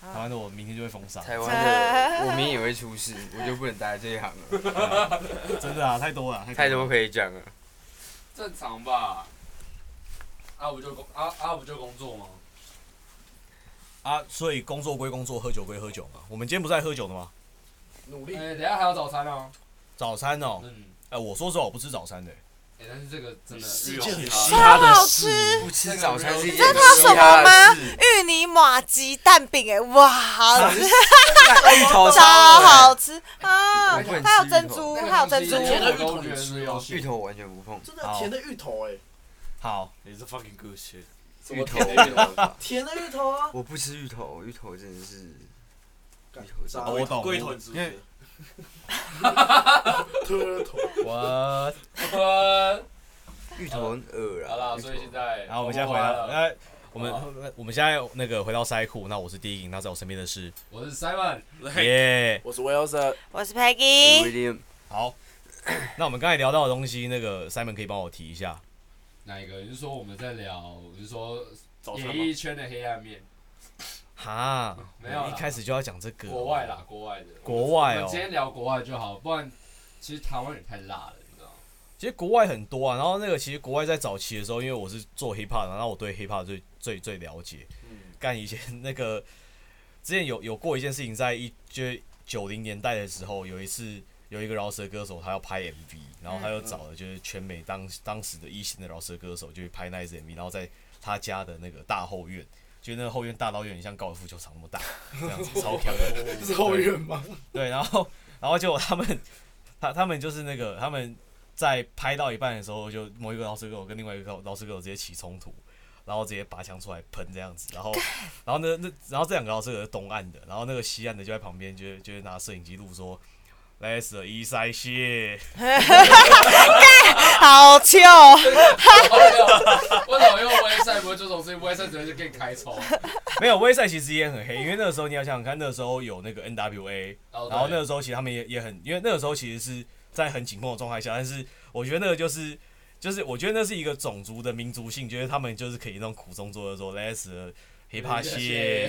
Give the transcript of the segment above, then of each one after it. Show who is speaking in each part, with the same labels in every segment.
Speaker 1: 台湾的我明天就会封杀，
Speaker 2: 台湾的我明也会出事，我就不能待在这一行了，
Speaker 1: 真的啊，太多了，
Speaker 2: 太多可以讲了。
Speaker 3: 正常吧？啊，不就工啊啊不就工作吗？
Speaker 1: 啊。所以工作归工作，喝酒归喝酒嘛。我们今天不是在喝酒的吗？
Speaker 4: 努
Speaker 3: 哎、
Speaker 4: 力。
Speaker 3: 等一下还有早餐哦。
Speaker 1: 早餐哦、
Speaker 3: 嗯，
Speaker 1: 哎、我说实话，我不吃早餐的、
Speaker 3: 哎、但是这个真的
Speaker 4: 一件很
Speaker 3: 啊
Speaker 4: 稀
Speaker 5: 超
Speaker 4: 他的
Speaker 5: 好
Speaker 4: 事
Speaker 5: 吃，
Speaker 1: 啊
Speaker 2: 不吃早餐是一
Speaker 3: 你
Speaker 2: 件
Speaker 3: 知道
Speaker 5: 它
Speaker 2: 很
Speaker 5: 什
Speaker 2: 嘻哈
Speaker 5: 么吗
Speaker 2: 的事
Speaker 5: 芋泥马吉蛋饼，哎，哇，好吃，
Speaker 2: 芋头
Speaker 5: 超好吃啊！
Speaker 2: 我不能
Speaker 5: 还有
Speaker 2: 吃芋
Speaker 5: 珍
Speaker 2: 头
Speaker 5: 珠，
Speaker 3: 那个
Speaker 5: 还有
Speaker 3: 东
Speaker 5: 珍
Speaker 3: 西
Speaker 5: 珠，
Speaker 4: 以前的芋头
Speaker 3: 我都觉得是游戏
Speaker 2: 芋头完全不碰，
Speaker 4: 真的甜的芋头哎、
Speaker 1: 好，
Speaker 6: 你是 fucking good shit。
Speaker 4: 什
Speaker 2: 芋
Speaker 4: 么
Speaker 2: 头
Speaker 4: 甜的芋头？甜的芋头啊！
Speaker 2: 我不吃芋头，芋头真的是
Speaker 4: 干
Speaker 2: 芋头
Speaker 4: 渣
Speaker 2: 渣
Speaker 1: 哦哦我懂
Speaker 6: 龟臀是不
Speaker 1: 因
Speaker 6: 是
Speaker 4: 特
Speaker 1: 为？
Speaker 4: 头，
Speaker 1: 我，
Speaker 3: 呃
Speaker 2: 芋头很恶
Speaker 3: 好
Speaker 2: 啊
Speaker 3: 啦，。
Speaker 2: 芋头
Speaker 3: 所以现在，
Speaker 1: 然后我们现在回到，
Speaker 3: 了。
Speaker 1: 哎，我们我们现在那个回到塞库，那我是第一个，那在我身边的是
Speaker 3: 我是 Simon，
Speaker 1: 耶。
Speaker 4: 我是啊 Wilson，
Speaker 5: 我是
Speaker 2: 我
Speaker 5: Peggy，
Speaker 2: 有点
Speaker 1: 好， 那我们刚才聊到的东西，那个 Simon 可以帮我提一下。
Speaker 3: 哪一个？你是说我们在聊，你是说
Speaker 6: 早餐
Speaker 3: 演
Speaker 6: 吗？
Speaker 3: 艺圈的黑暗面？
Speaker 1: 哈，
Speaker 3: 没有啦
Speaker 1: 一开始就要讲这个
Speaker 3: 国外啦，，国外的。
Speaker 1: 国外
Speaker 3: 我
Speaker 1: 哦
Speaker 3: 们，今天聊国外就好，不然其实台湾也太辣了，你知道吗？
Speaker 1: 其实国外很多啊。然后那个其实国外在早期的时候，因为我是做 hip hop，的然后我对 hip hop 最最最了解。干以前那个之前有有过一件事情，在一就是九零年代的时候，有一次有一个饶舌歌手他要拍 MV，然后他又找了就是全美当当时的一线的饶舌歌手就去拍那一支 MV，然后在他家的那个大后院，就那个后院大到有点像高尔夫球场那么大，这样子超强的。
Speaker 4: 这是后院吗？
Speaker 1: 对，然后然后结果他们他他们就是那个他们在拍到一半的时候，就某一个老师给我跟另外一个老师给我直接起冲突，然后直接拔枪出来喷这样子，然后然后呢那然后这两个老师是东岸的，然后那个西岸的就在旁边就就是拿摄影机录说。来死一塞谢，
Speaker 5: 好糗，
Speaker 3: 哦为什么因为威赛不会做这种事情？威赛只会就更开抽。
Speaker 1: 没有威赛其实也很黑，因为那个时候你要想想看，那个时候有那个 NWA，
Speaker 3: 然
Speaker 4: 哦
Speaker 3: 后
Speaker 1: 然后那
Speaker 3: 对
Speaker 1: 个时候其实他们也也很，因为那个时候其实是在很紧绷的状态下，但是我觉得那个就是就是我觉得那是一个种族的民族性，觉得他们就是可以那种苦中作乐说 let's hip
Speaker 3: 谢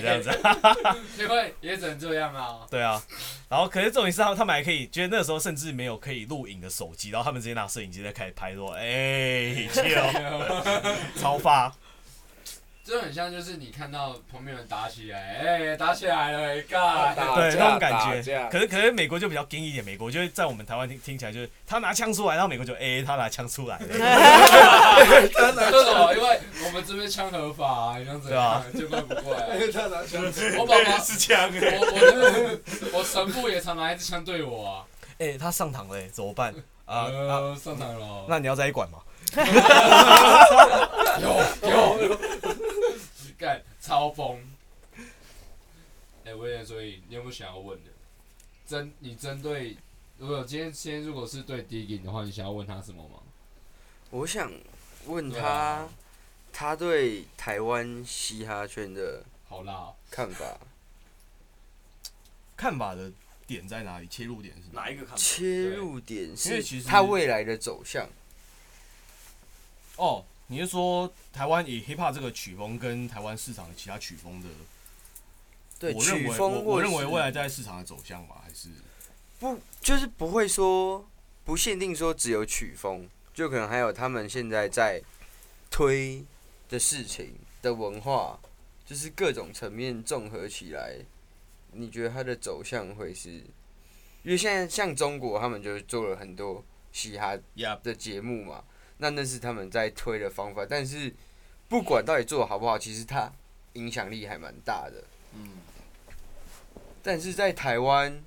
Speaker 1: shit 这样子，
Speaker 3: 因为也只能这样啊。
Speaker 1: 对啊。然后可是重点是他们他们还可以，觉得那个时候甚至没有可以录影的手机，然后他们直接拿摄影机在开始拍说，哎、chill 超发，
Speaker 3: 就很像就是你看到旁边人打起来，哎、打起来了，
Speaker 4: 打
Speaker 1: 对
Speaker 3: 干，
Speaker 4: 架
Speaker 1: 那种感
Speaker 4: 打
Speaker 1: 觉。
Speaker 4: 架
Speaker 1: 可是可是美国就比较硬一点，美国就是在我们台湾听听起来就是他拿枪出来，然后美国就哎、他拿枪出来了。
Speaker 3: 为什么？因为我们这边枪合法、啊，你想怎样？就怪不怪？
Speaker 4: 他拿枪
Speaker 3: 我爸 爸，
Speaker 6: 是这 样哎。
Speaker 3: 我我那个我神父也常拿一支枪对我啊。
Speaker 1: 哎、他上膛了、哎怎么办？啊、啊！
Speaker 3: 呃，上场了。
Speaker 1: 那你要在一馆吗？
Speaker 3: 有有，干超疯。哎、威廉，所以你有没有想要问的？针你针对，如果今天今天如果是对 Digging 的话，你想要问他什么吗？
Speaker 2: 我想问
Speaker 3: 对
Speaker 2: 他
Speaker 3: 啊，
Speaker 2: 他对台湾嘻哈圈的
Speaker 3: 好辣、哦，
Speaker 2: 看法，
Speaker 1: 看法的点在哪里？切入点是
Speaker 6: 哪一个看法？
Speaker 2: 切入点
Speaker 1: 因为
Speaker 2: 是
Speaker 1: 其实
Speaker 2: 他未来的走向。
Speaker 1: 哦，你是说台湾以 hiphop 这个曲风跟台湾市场的其他曲风的，
Speaker 2: 对，
Speaker 1: 我认
Speaker 2: 曲
Speaker 1: 为我
Speaker 2: 风
Speaker 1: 我
Speaker 2: 或
Speaker 1: 认为
Speaker 2: 是
Speaker 1: 未来在市场的走向吧，还是
Speaker 2: 不就是不会说不限定说只有曲风，就可能还有他们现在在推的事情的文化，就是各种层面综合起来，你觉得它的走向会是？因为现在像中国，他们就做了很多嘻哈
Speaker 1: Yup
Speaker 2: 的节目嘛，那那是他们在推的方法，但是不管到底做的好不好，其实它影响力还蛮大的。
Speaker 6: 嗯，
Speaker 2: 但是在台湾，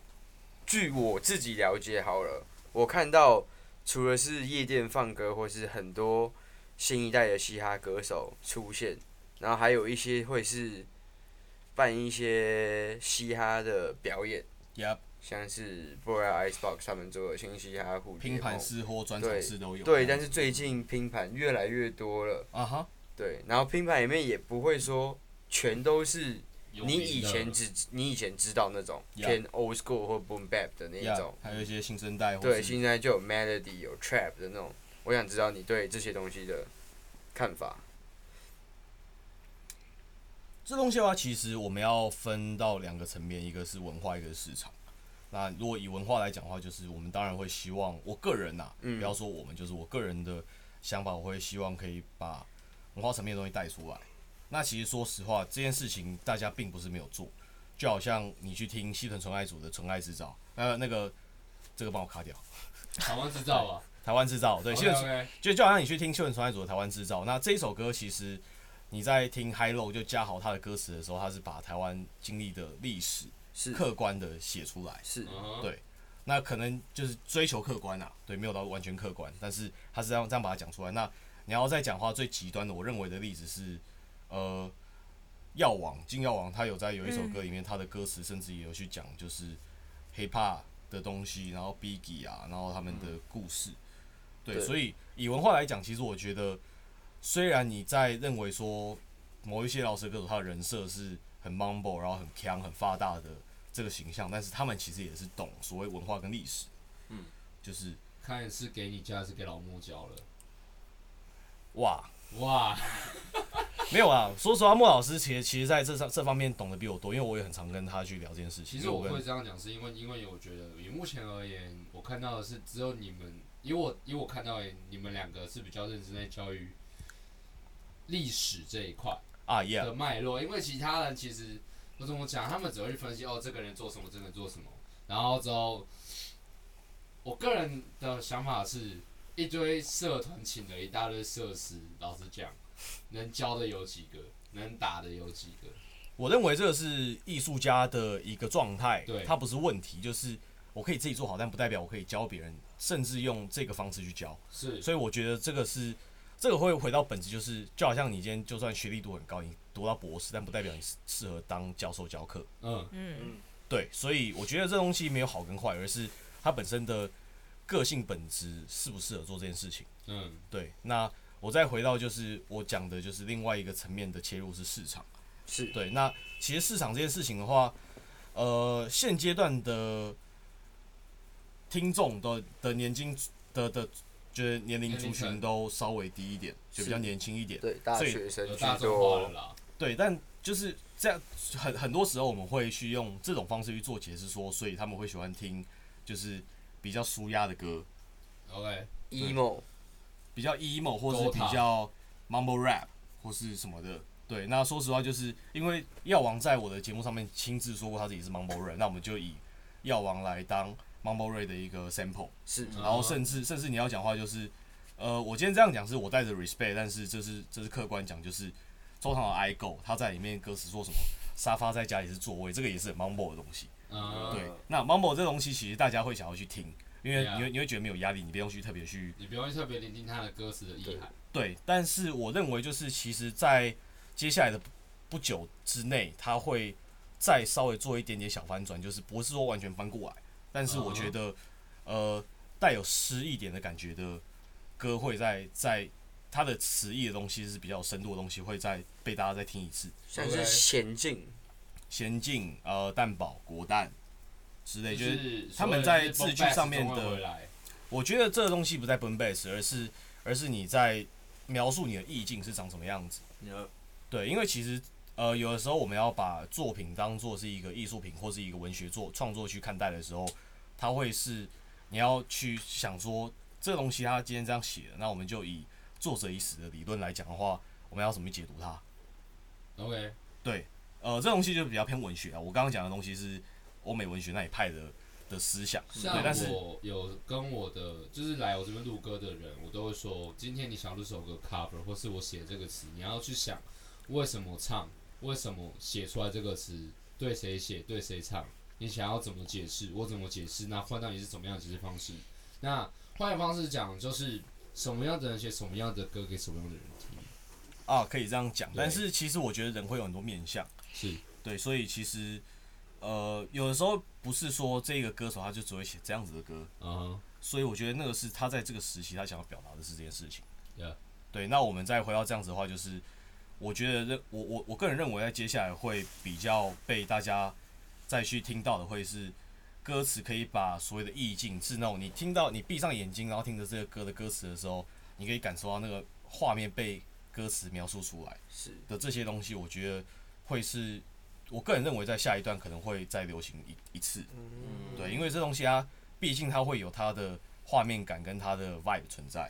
Speaker 2: 据我自己了解好了，我看到除了是夜店放歌，或是很多新一代的嘻哈歌手出现，然后还有一些会是办一些嘻哈的表演，
Speaker 1: 也
Speaker 2: 像是 Boy Icebox 他们做的新嘻哈蝴
Speaker 1: 拼
Speaker 2: 蝶
Speaker 1: 盘
Speaker 2: 梦，
Speaker 1: 式或专场式都有？
Speaker 2: 对，但是最近拼盘越来越多了，
Speaker 1: 啊哈，
Speaker 2: 对，然后拼盘里面也不会说全都是
Speaker 3: 有
Speaker 2: 你
Speaker 3: 名
Speaker 2: 以
Speaker 3: 的
Speaker 2: 前只你以前知道那种
Speaker 1: Yeah.
Speaker 2: 偏 old school 或 boom bap 的那一
Speaker 1: Yeah，
Speaker 2: 种，
Speaker 1: 还有一些新生代或
Speaker 2: 对，
Speaker 1: 是
Speaker 2: 现在就有 melody 有 trap 的那种。我想知道你对这些东西的看法。
Speaker 1: 这东西的话，其实我们要分到两个层面，一个是文化，一个是市场。那如果以文化来讲的话，就是我们当然会希望，我个人呐、
Speaker 2: 嗯
Speaker 1: 不要说我们，就是我个人的想法，我会希望可以把文化层面的东西带出来。那其实说实话，这件事情大家并不是没有做，就好像你去听西屯纯爱组的《纯爱制造》，呃，那个这个帮我卡掉，
Speaker 3: 台湾制造吧。
Speaker 1: 台湾制造，对，西屯
Speaker 3: OK，OK 嗯
Speaker 1: 就就好像你去听秀文传爱组的《台湾制造》，那这一首歌其实你在听 High Low 就加好它的歌词的时候，它是把台湾经历的历史
Speaker 2: 是
Speaker 1: 客观的写出来。
Speaker 2: 是
Speaker 3: 嗯哼
Speaker 1: 对那可能就是追求客观啊，对，没有到完全客观，但是他是这样这样把它讲出来。那你要再讲话最极端的，我认为的例子是，呃，药王金药王，他有在有一首歌里面，他的歌词甚至也有去讲就是黑怕的东西，然后 Biggie 啊，然后他们的故事。对，
Speaker 2: 对
Speaker 1: 所以以文化来讲，其实我觉得，虽然你在认为说某一些老舌歌手他的人设是很 mumble，然后很腔很发大的这个形象，但是他们其实也是懂所谓文化跟历史。
Speaker 4: 嗯，
Speaker 1: 就是
Speaker 3: 看是给你家，是给老木教了。
Speaker 1: 哇，
Speaker 3: 哇，
Speaker 1: 没有啊。 说实话，莫老师其实其实在这上这方面懂得比我多，因为我也很常跟他去聊这件事情。
Speaker 3: 其实
Speaker 1: 因为
Speaker 3: 我
Speaker 1: 跟
Speaker 3: 会这样讲，是因为因为我觉得以目前而言，我看到的是只有你们，以我以我看到的你们两个是比较认真在教育历史这一块
Speaker 1: 啊，Yeah，
Speaker 3: 的脉络，因为其他人其实不怎么讲，他们只会去分析哦，这个人做什么，这个人做什么，然后之后，我个人的想法是一堆社团请了一大堆设施，老实讲，能教的有几个，能打的有几个，
Speaker 1: 我认为这个是艺术家的一个状态，
Speaker 3: 对
Speaker 1: 它不是问题，就是我可以自己做好，但不代表我可以教别人，甚至用这个方式去教。
Speaker 3: 是
Speaker 1: 所以我觉得这个是这个会回到本质，就是就好像你今天就算学历度很高，你读到博士，但不代表你适适合当教授教课。
Speaker 3: 嗯，
Speaker 5: 嗯，
Speaker 1: 对，所以我觉得这东西没有好跟坏，而是它本身的个性本质适不适合做这件事情。
Speaker 3: 嗯，
Speaker 1: 对，那我再回到就是我讲的就是另外一个层面的切入是市场。
Speaker 2: 是
Speaker 1: 对，那其实市场这件事情的话，呃，现阶段的听众的的年金的的，就是年龄
Speaker 3: 年龄
Speaker 1: 族群
Speaker 3: 层
Speaker 1: 都稍微低一点，就是比较年轻一点。
Speaker 2: 对，大
Speaker 1: 所以
Speaker 2: 学生
Speaker 3: 有
Speaker 2: 居
Speaker 3: 大众化了
Speaker 2: 多，
Speaker 3: 啦，
Speaker 1: 对，但就是这样，很很多时候我们会去用这种方式去做解释，说，所以他们会喜欢听就是比较舒压的歌，
Speaker 3: OK，
Speaker 2: emo
Speaker 1: 比较 emo 或是
Speaker 3: Dota
Speaker 1: 比较 mumble rap 或是什么的。对，那说实话，就是因为药王在我的节目上面亲自说过他自己是 mumble rap，那我们就以药王来当 mumble rap 的一个 sample，
Speaker 2: 是
Speaker 3: 嗯
Speaker 1: 然后甚至甚至你要讲话就是，呃，我今天这样讲是我带着 respect，但是这是这是客观讲，就是周唐的 I go，他在里面歌词说什么沙发在家里是座位，这个也是很 mumble 的东西。
Speaker 3: 嗯，
Speaker 1: 对，那 mumble 这东西其实大家会想要去听，因为
Speaker 3: Yeah
Speaker 1: 你会你会觉得没有压力，你不用去特别去
Speaker 3: 你不用特别聆听他的歌词的意涵，
Speaker 1: 对，但是我认为就是其实，在接下来的不不久之内，他会再稍微做一点点小翻转，就是不是说完全翻过来，但是我觉得、呃带有诗意点的感觉的歌会在在它的词义的东西是比较有深度的东西，会再被大家再听一次。
Speaker 2: 像是前进，
Speaker 1: 先进呃蛋堡国蛋之类，就是
Speaker 3: 是
Speaker 1: 他们在字句上面的
Speaker 3: 所有人是 Bombay 是中文回来
Speaker 1: 我觉得这个东西不在 b o m b a s 而是而是你在描述你的意境是长什么样子。
Speaker 4: 你要
Speaker 1: 对，因为其实呃，有的时候我们要把作品当做是一个艺术品或是一个文学作创作去看待的时候，它会是你要去想说这个东西它今天这样写的，那我们就以作者已死的理论来讲的话，我们要怎么解读它？
Speaker 3: OK，
Speaker 1: 呃，这东西就比较偏文学啊。我刚刚讲的东西是欧美文学那一派的的思想，对，但
Speaker 3: 像
Speaker 1: 是
Speaker 3: 我有跟我的就是来我这边录歌的人，我都会说，今天你想录这首歌 cover，或是我写这个词，你要去想为什么唱，为什么写出来这个词，对谁写，对谁唱，你想要怎么解释，我怎么解释，那换到你是怎么样的解释方式。那换一个方式讲，就是什么样的人写什么样的歌给什么样的人听，
Speaker 1: 啊，可以这样讲。
Speaker 3: 对
Speaker 1: 但是其实我觉得人会有很多面向。
Speaker 3: 是
Speaker 1: 对，所以其实呃，有的时候不是说这个歌手他就只会写这样子的歌，
Speaker 3: 嗯哼，
Speaker 1: 所以我觉得那个是他在这个时期他想要表达的是这件事情。
Speaker 3: Yeah
Speaker 1: 对，那我们再回到这样子的话，就是我觉得认我我我个人认为，在接下来会比较被大家再去听到的会是。歌词可以把所谓的意境是那种你听到你闭上眼睛，然后听着这个歌的歌词的时候，你可以感受到那个画面被歌词描述出来。
Speaker 2: 是
Speaker 1: 的这些东西，我觉得会是我个人认为在下一段可能会再流行一一次，
Speaker 4: 嗯
Speaker 1: 对，因为这东西啊，毕竟它会有它的画面感跟它的 vibe 存在，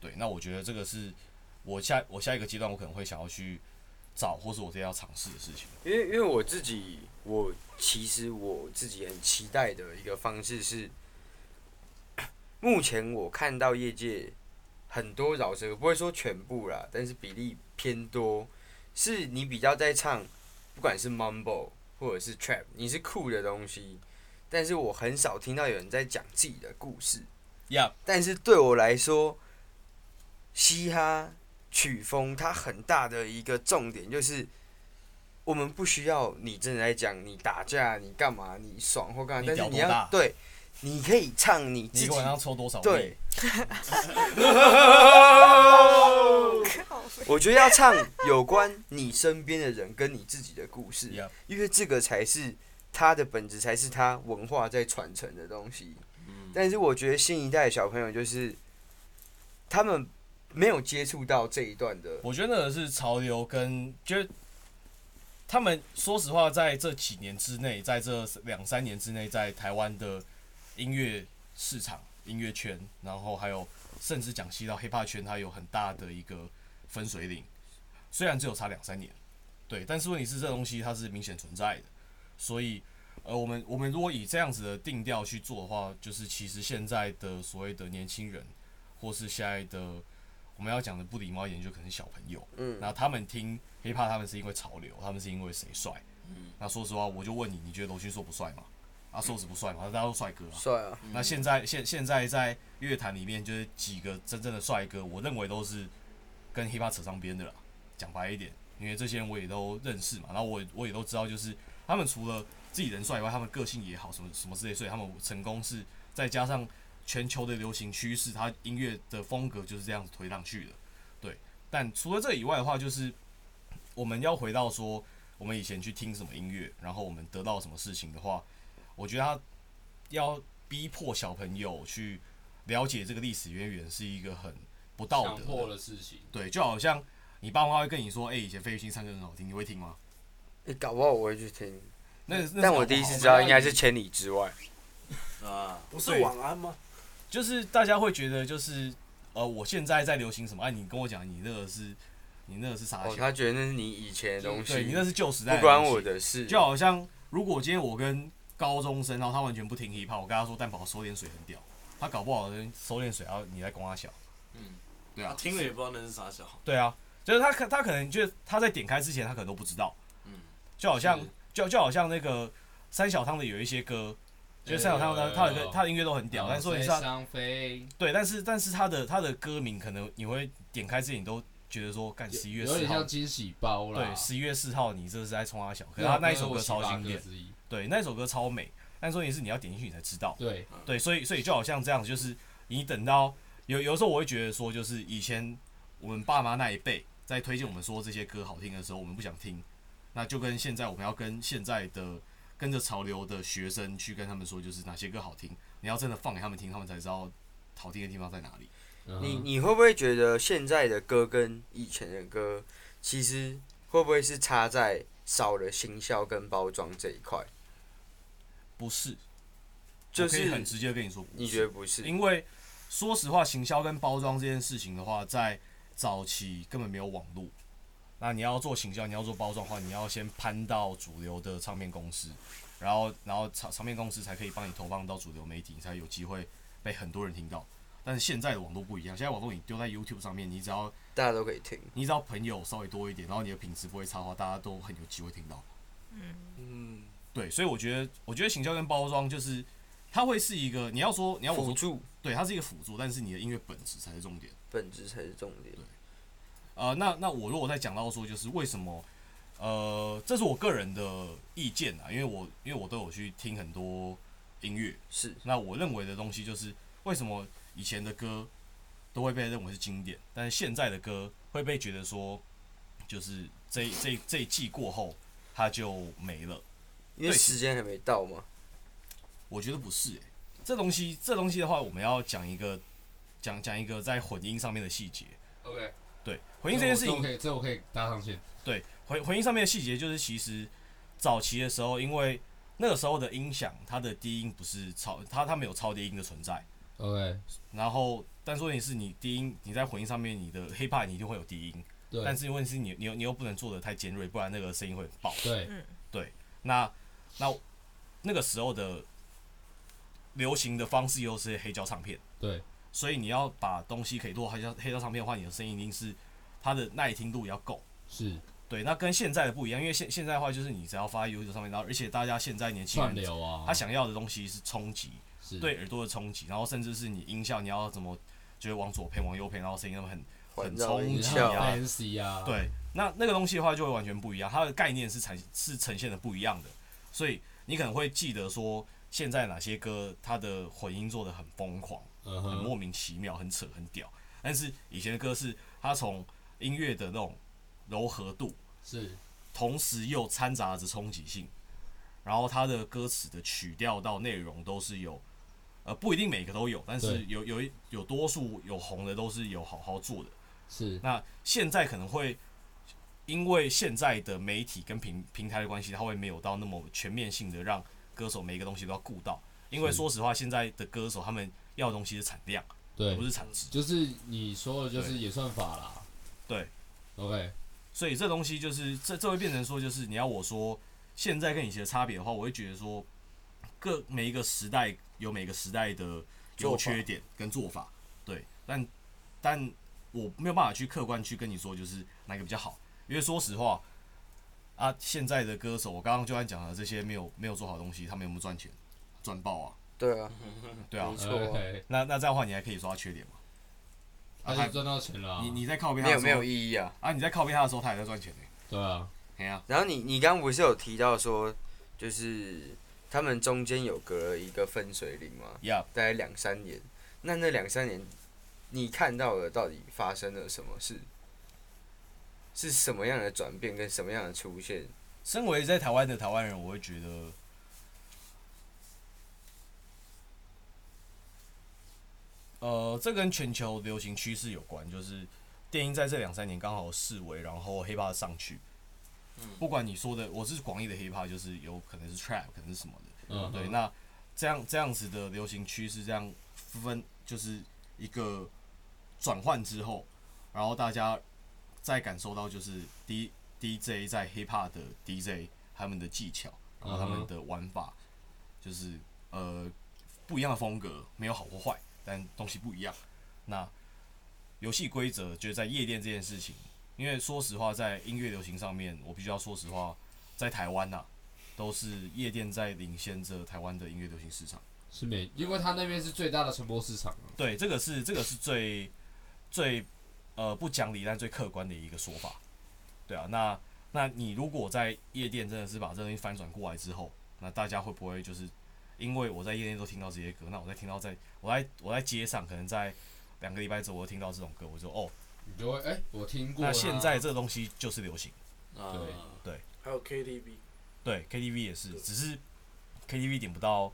Speaker 1: 对，那我觉得这个是我下我下一个阶段我可能会想要去找，或是我自己要尝试的事情。
Speaker 2: 因为因为我自己，我其实我自己很期待的一个方式是，目前我看到业界很多饶舌歌，不会说全部啦，但是比例偏多，是你比较在唱，不管是 mumble 或者是 trap，你是酷的东西，但是我很少听到有人在讲自己的故事。
Speaker 1: Yeah，
Speaker 2: 但是对我来说，嘻哈曲风它很大的一个重点就是，我们不需要你真的在讲你打架、你干嘛、你爽或干嘛，
Speaker 1: 你
Speaker 2: 但是
Speaker 1: 屌
Speaker 2: 你
Speaker 1: 多
Speaker 2: 要
Speaker 1: 大
Speaker 2: 对，你可以唱你
Speaker 1: 你
Speaker 2: 自
Speaker 1: 一
Speaker 2: 己
Speaker 1: 个晚上抽多少？
Speaker 2: 对，，
Speaker 5: 靠
Speaker 2: 我觉得要唱有关你身边的人跟你自己的故事
Speaker 1: Yep
Speaker 2: 因为这个才是它的本质，才是它文化在传承的东西。但是我觉得新一代的小朋友就是他们没有接触到这一段的，
Speaker 1: 我觉得那个是潮流跟就是他们说实话，在这几年之内，在这两三年之内，在台湾的音乐市场、音乐圈，然后还有甚至讲西到 hiphop 圈，它有很大的一个分水岭。虽然只有差两三年，对，但是问题是这东西它是明显存在的，所以。呃，我们我们如果以这样子的定调去做的话，就是其实现在的所谓的年轻人，或是现在的我们要讲的不礼貌一点，就可能是小朋友，
Speaker 2: 嗯
Speaker 1: 那他们听 hiphop，他们是因为潮流，他们是因为谁帅。那说实话，我就问你，你觉得罗迅硕不帅吗？啊，瘦子不帅吗？大家都帅哥啊。
Speaker 2: 帅啊，
Speaker 1: 那现在现现在在乐坛里面，就是几个真正的帅哥，我认为都是跟 hiphop 扯上边的啦。讲白一点，因为这些人我也都认识嘛，然后我也我也都知道，就是他们除了自己人帅以外，他们个性也好，什么什么之类，所以他们成功是再加上全球的流行趋势，它音乐的风格就是这样子推上去的。对，但除了这以外的话，就是我们要回到说，我们以前去听什么音乐，然后我们得到什么事情的话，我觉得他要逼迫小朋友去了解这个历史渊源是一个很不道
Speaker 3: 强
Speaker 1: 德
Speaker 3: 迫
Speaker 1: 的
Speaker 3: 的事情，
Speaker 1: 对，就好像你爸妈会跟你说：“哎、以前费玉清唱歌很好听，你会听吗
Speaker 2: 你搞不好我会去听，？”
Speaker 1: 那那是
Speaker 2: 嗯但
Speaker 1: 搞
Speaker 2: 我
Speaker 1: 不
Speaker 2: 第一
Speaker 1: 好
Speaker 2: 次
Speaker 1: 嘛
Speaker 2: 知道应该是千里之外。
Speaker 4: 啊，不是
Speaker 1: 对
Speaker 4: 晚安吗？
Speaker 1: 就是大家会觉得就是呃，我现在在流行什么？哎、你跟我讲，你那个是你那个是啥
Speaker 2: 哦，
Speaker 1: 小？
Speaker 2: 他觉得那是你以前的东
Speaker 1: 啊对你
Speaker 2: 西
Speaker 1: 那，是旧时代，
Speaker 2: 不关我。的事。
Speaker 1: 就好像如果今天我跟高中生，然后他完全不听 hiphop，我跟他说蛋堡收敛水很屌，他搞不好人收敛水，然后你在光他小。对啊
Speaker 4: 他听了也不知道那是啥小孩。
Speaker 1: 对啊，就是他可他可能就他在点开之前，他可能都不知道。
Speaker 4: 嗯
Speaker 1: 就好像
Speaker 3: 是
Speaker 1: 就就好像那个三小汤的有一些歌，就是三小汤他
Speaker 3: 对
Speaker 1: 他有个他的音乐都很屌，但是说你
Speaker 3: 谁
Speaker 1: 是他
Speaker 3: 伤飞，
Speaker 1: 对，但是但是他的他的歌名可能你会点开之前你都觉得说，干十一月
Speaker 3: 有
Speaker 1: 四
Speaker 3: 点
Speaker 1: 号
Speaker 3: 像，惊喜包啦。
Speaker 1: 对，十一月四号你这是在冲他小，可
Speaker 3: 对
Speaker 1: 是
Speaker 3: 啊
Speaker 1: 他那一首
Speaker 3: 我
Speaker 1: 歌
Speaker 3: 喜
Speaker 1: 超
Speaker 3: 欢
Speaker 1: 经
Speaker 3: 歌
Speaker 1: 典，
Speaker 3: 之一
Speaker 1: 对，那一首歌超美，但是问题是你要点进去你才知道，
Speaker 3: 对，
Speaker 1: 对，所以所以就好像这样，就是你等到有有的时候我会觉得说，就是以前我们爸妈那一辈在推荐我们说这些歌好听的时候，我们不想听，那就跟现在我们要跟现在的跟着潮流的学生去跟他们说，就是哪些歌好听，你要真的放给他们听，他们才知道好听的地方在哪里。
Speaker 2: 你
Speaker 3: 嗯
Speaker 2: 你会不会觉得现在的歌跟以前的歌，其实会不会是差在少了行销跟包装这一块？
Speaker 1: 不是，
Speaker 2: 就
Speaker 1: 我可以
Speaker 2: 是
Speaker 1: 很直接地跟你说，
Speaker 2: 你觉得不是？
Speaker 1: 因为说实话，行销跟包装这件事情的话，在早期根本没有网络。那你要做行销，你要做包装的话，你要先攀到主流的唱片公司，然后然后唱唱片公司才可以帮你投放到主流媒体，你才有机会被很多人听到。但是现在的网络不一样，现在网络你丢在 YouTube 上面，你只要
Speaker 2: 大家都可以听。
Speaker 1: 你只要朋友稍微多一点，然后你的品质不会差的话，大家都很有机会听到。
Speaker 2: 嗯，
Speaker 1: 对，所以我觉得，我觉得行销跟包装就是它会是一个，你要说你要我
Speaker 2: 辅
Speaker 1: 说
Speaker 2: 助
Speaker 1: 对，它是一个辅助，但是你的音乐本质才是重点。
Speaker 2: 本质才是重点。
Speaker 1: 呃，那那我如果再讲到说，就是为什么，呃，这是我个人的意见啊，因为我因为我都有去听很多音乐，
Speaker 2: 是
Speaker 1: 那我认为的东西就是为什么以前的歌都会被认为是经典，但是现在的歌会被觉得说，就是这这这一季过后它就没了。
Speaker 2: 因为
Speaker 1: 对
Speaker 2: 时间还没到嘛。
Speaker 1: 我觉得不是、欸，这东西这东西的话，我们要讲一个讲讲一个在混音上面的细节。
Speaker 3: ，OK，
Speaker 1: 对，混音这件事情
Speaker 3: 我可以，这我可以搭上线。
Speaker 1: 对，回回应上面的细节就是，其实早期的时候，因为那个时候的音响，它的低音不是超，它它没有超低音的存在。
Speaker 3: OK，
Speaker 1: 然后，但是问题是你低音，你在混音上面，你的 hiphop 你一定会有低音，
Speaker 3: 对，
Speaker 1: 但是问题是你你又你又不能做的太尖锐，不然那个声音会很爆。
Speaker 3: 对，
Speaker 5: 嗯
Speaker 1: 那那那个时候的流行的方式又是黑胶唱片，
Speaker 3: 对，
Speaker 1: 所以你要把东西可以做黑胶黑胶唱片的话，你的声音一定是它的耐听度也要够。
Speaker 3: 是
Speaker 1: 对，那跟现在的不一样，因为现现在的话就是你只要发 YouTube 上面，然后而且大家现在年轻
Speaker 3: 串
Speaker 1: 人
Speaker 3: 流啊，
Speaker 1: 他想要的东西是冲击，
Speaker 3: 是
Speaker 1: 对耳朵的冲击，然后甚至是你音效你要怎么就是往左偏往右偏，然后声音那么很
Speaker 2: 环
Speaker 1: 很
Speaker 2: 绕
Speaker 1: 冲
Speaker 2: 音
Speaker 1: 击
Speaker 2: 效
Speaker 1: 啊，
Speaker 3: fancy 啊，，
Speaker 1: 对，那那个东西的话就会完全不一样，它的概念是呈是呈现的不一样的，所以你可能会记得说现在哪些歌它的混音做的很疯狂，
Speaker 3: 嗯
Speaker 1: 很
Speaker 3: 哼，
Speaker 1: 莫名其妙，很扯，很屌。但是以前的歌是它从音乐的那种柔和度，
Speaker 3: 是
Speaker 1: 同时又掺杂着冲击性，然后它的歌词的曲调到内容都是有，呃，不一定每个都有，但是
Speaker 3: 对
Speaker 1: 有有一有多数有红的都是有好好做的。
Speaker 3: 是
Speaker 1: 那现在可能会因为现在的媒体跟平平台的关系，它会没有到那么全面性的让歌手每一个东西都要顾到。因为
Speaker 3: 是
Speaker 1: 说实话，现在的歌手他们要的东西是产量，而
Speaker 3: 对
Speaker 1: 不，是产值。
Speaker 3: 就是你说的，就是
Speaker 1: 对
Speaker 3: 演算法啦，
Speaker 1: 对
Speaker 3: ，OK，
Speaker 1: 所以这东西就是这这会变成说，就是你要我说现在跟以前的差别的话，我会觉得说各每一个时代有每个时代的优缺点跟做法，对，但但我没有办法去客观去跟你说就是哪个比较好，因为说实话啊，现在的歌手我刚刚就算讲了这些没有没有做好的东西，他们有没有赚钱？赚爆啊，
Speaker 2: 对啊，
Speaker 1: 对啊
Speaker 2: 没，错啊
Speaker 3: 呃 OK，
Speaker 1: 那那这样的话你还可以说他缺点吗？
Speaker 3: 他就赚到钱了啊，
Speaker 1: 你你在靠边他的
Speaker 2: 没有
Speaker 1: 时
Speaker 2: 没有
Speaker 1: 候
Speaker 2: 意义啊。
Speaker 1: 啊，你在靠边他的时候他也在赚钱呢、
Speaker 3: 对啊，
Speaker 1: 哎呀、
Speaker 2: 然后你你刚刚不是有提到说，就是他们中间有隔了一个分水岭吗？
Speaker 1: y e a h
Speaker 2: 大概两三年。那那两三年，你看到了到底发生了什么事？是什么样的转变跟什么样的出现？
Speaker 1: 身为在台湾的台湾人，我会觉得呃，这跟全球流行趋势有关，就是电音在这两三年刚好视为，然后 hiphop 上去。不管你说的，我是广义的 hiphop，就是有可能是 trap，可能是什么的。
Speaker 3: 嗯，
Speaker 1: 对，那这样这样子的流行趋势，这样分就是一个转换之后，然后大家再感受到就是 D DJ 在 hiphop 的 DJ 他们的技巧，然后他
Speaker 3: 嗯哼
Speaker 1: 们的玩法，就是呃不一样的风格，没有好或坏，但东西不一样。那游戏规则就是在夜店这件事情，因为说实话，在音乐流行上面，我必须要说实话，在台湾呐、都是夜店在领先着台湾的音乐流行市场。
Speaker 3: 是美，因为他那边是最大的传播市场啊，
Speaker 1: 对，这个是这个是最最呃不讲理但最客观的一个说法。对啊，那那你如果在夜店真的是把这东西翻转过来之后，那大家会不会就是因为我在夜店都听到这些歌，那我在听到在我在我在街上可能在两个礼拜之后我听到这种歌，我就哦，
Speaker 3: 你就会哎，我听过啊，
Speaker 1: 那现在这个东西就是流行。
Speaker 4: 啊
Speaker 3: 对
Speaker 6: 还有 KTV，
Speaker 1: 对，KTV 也是，只是 KTV 点不到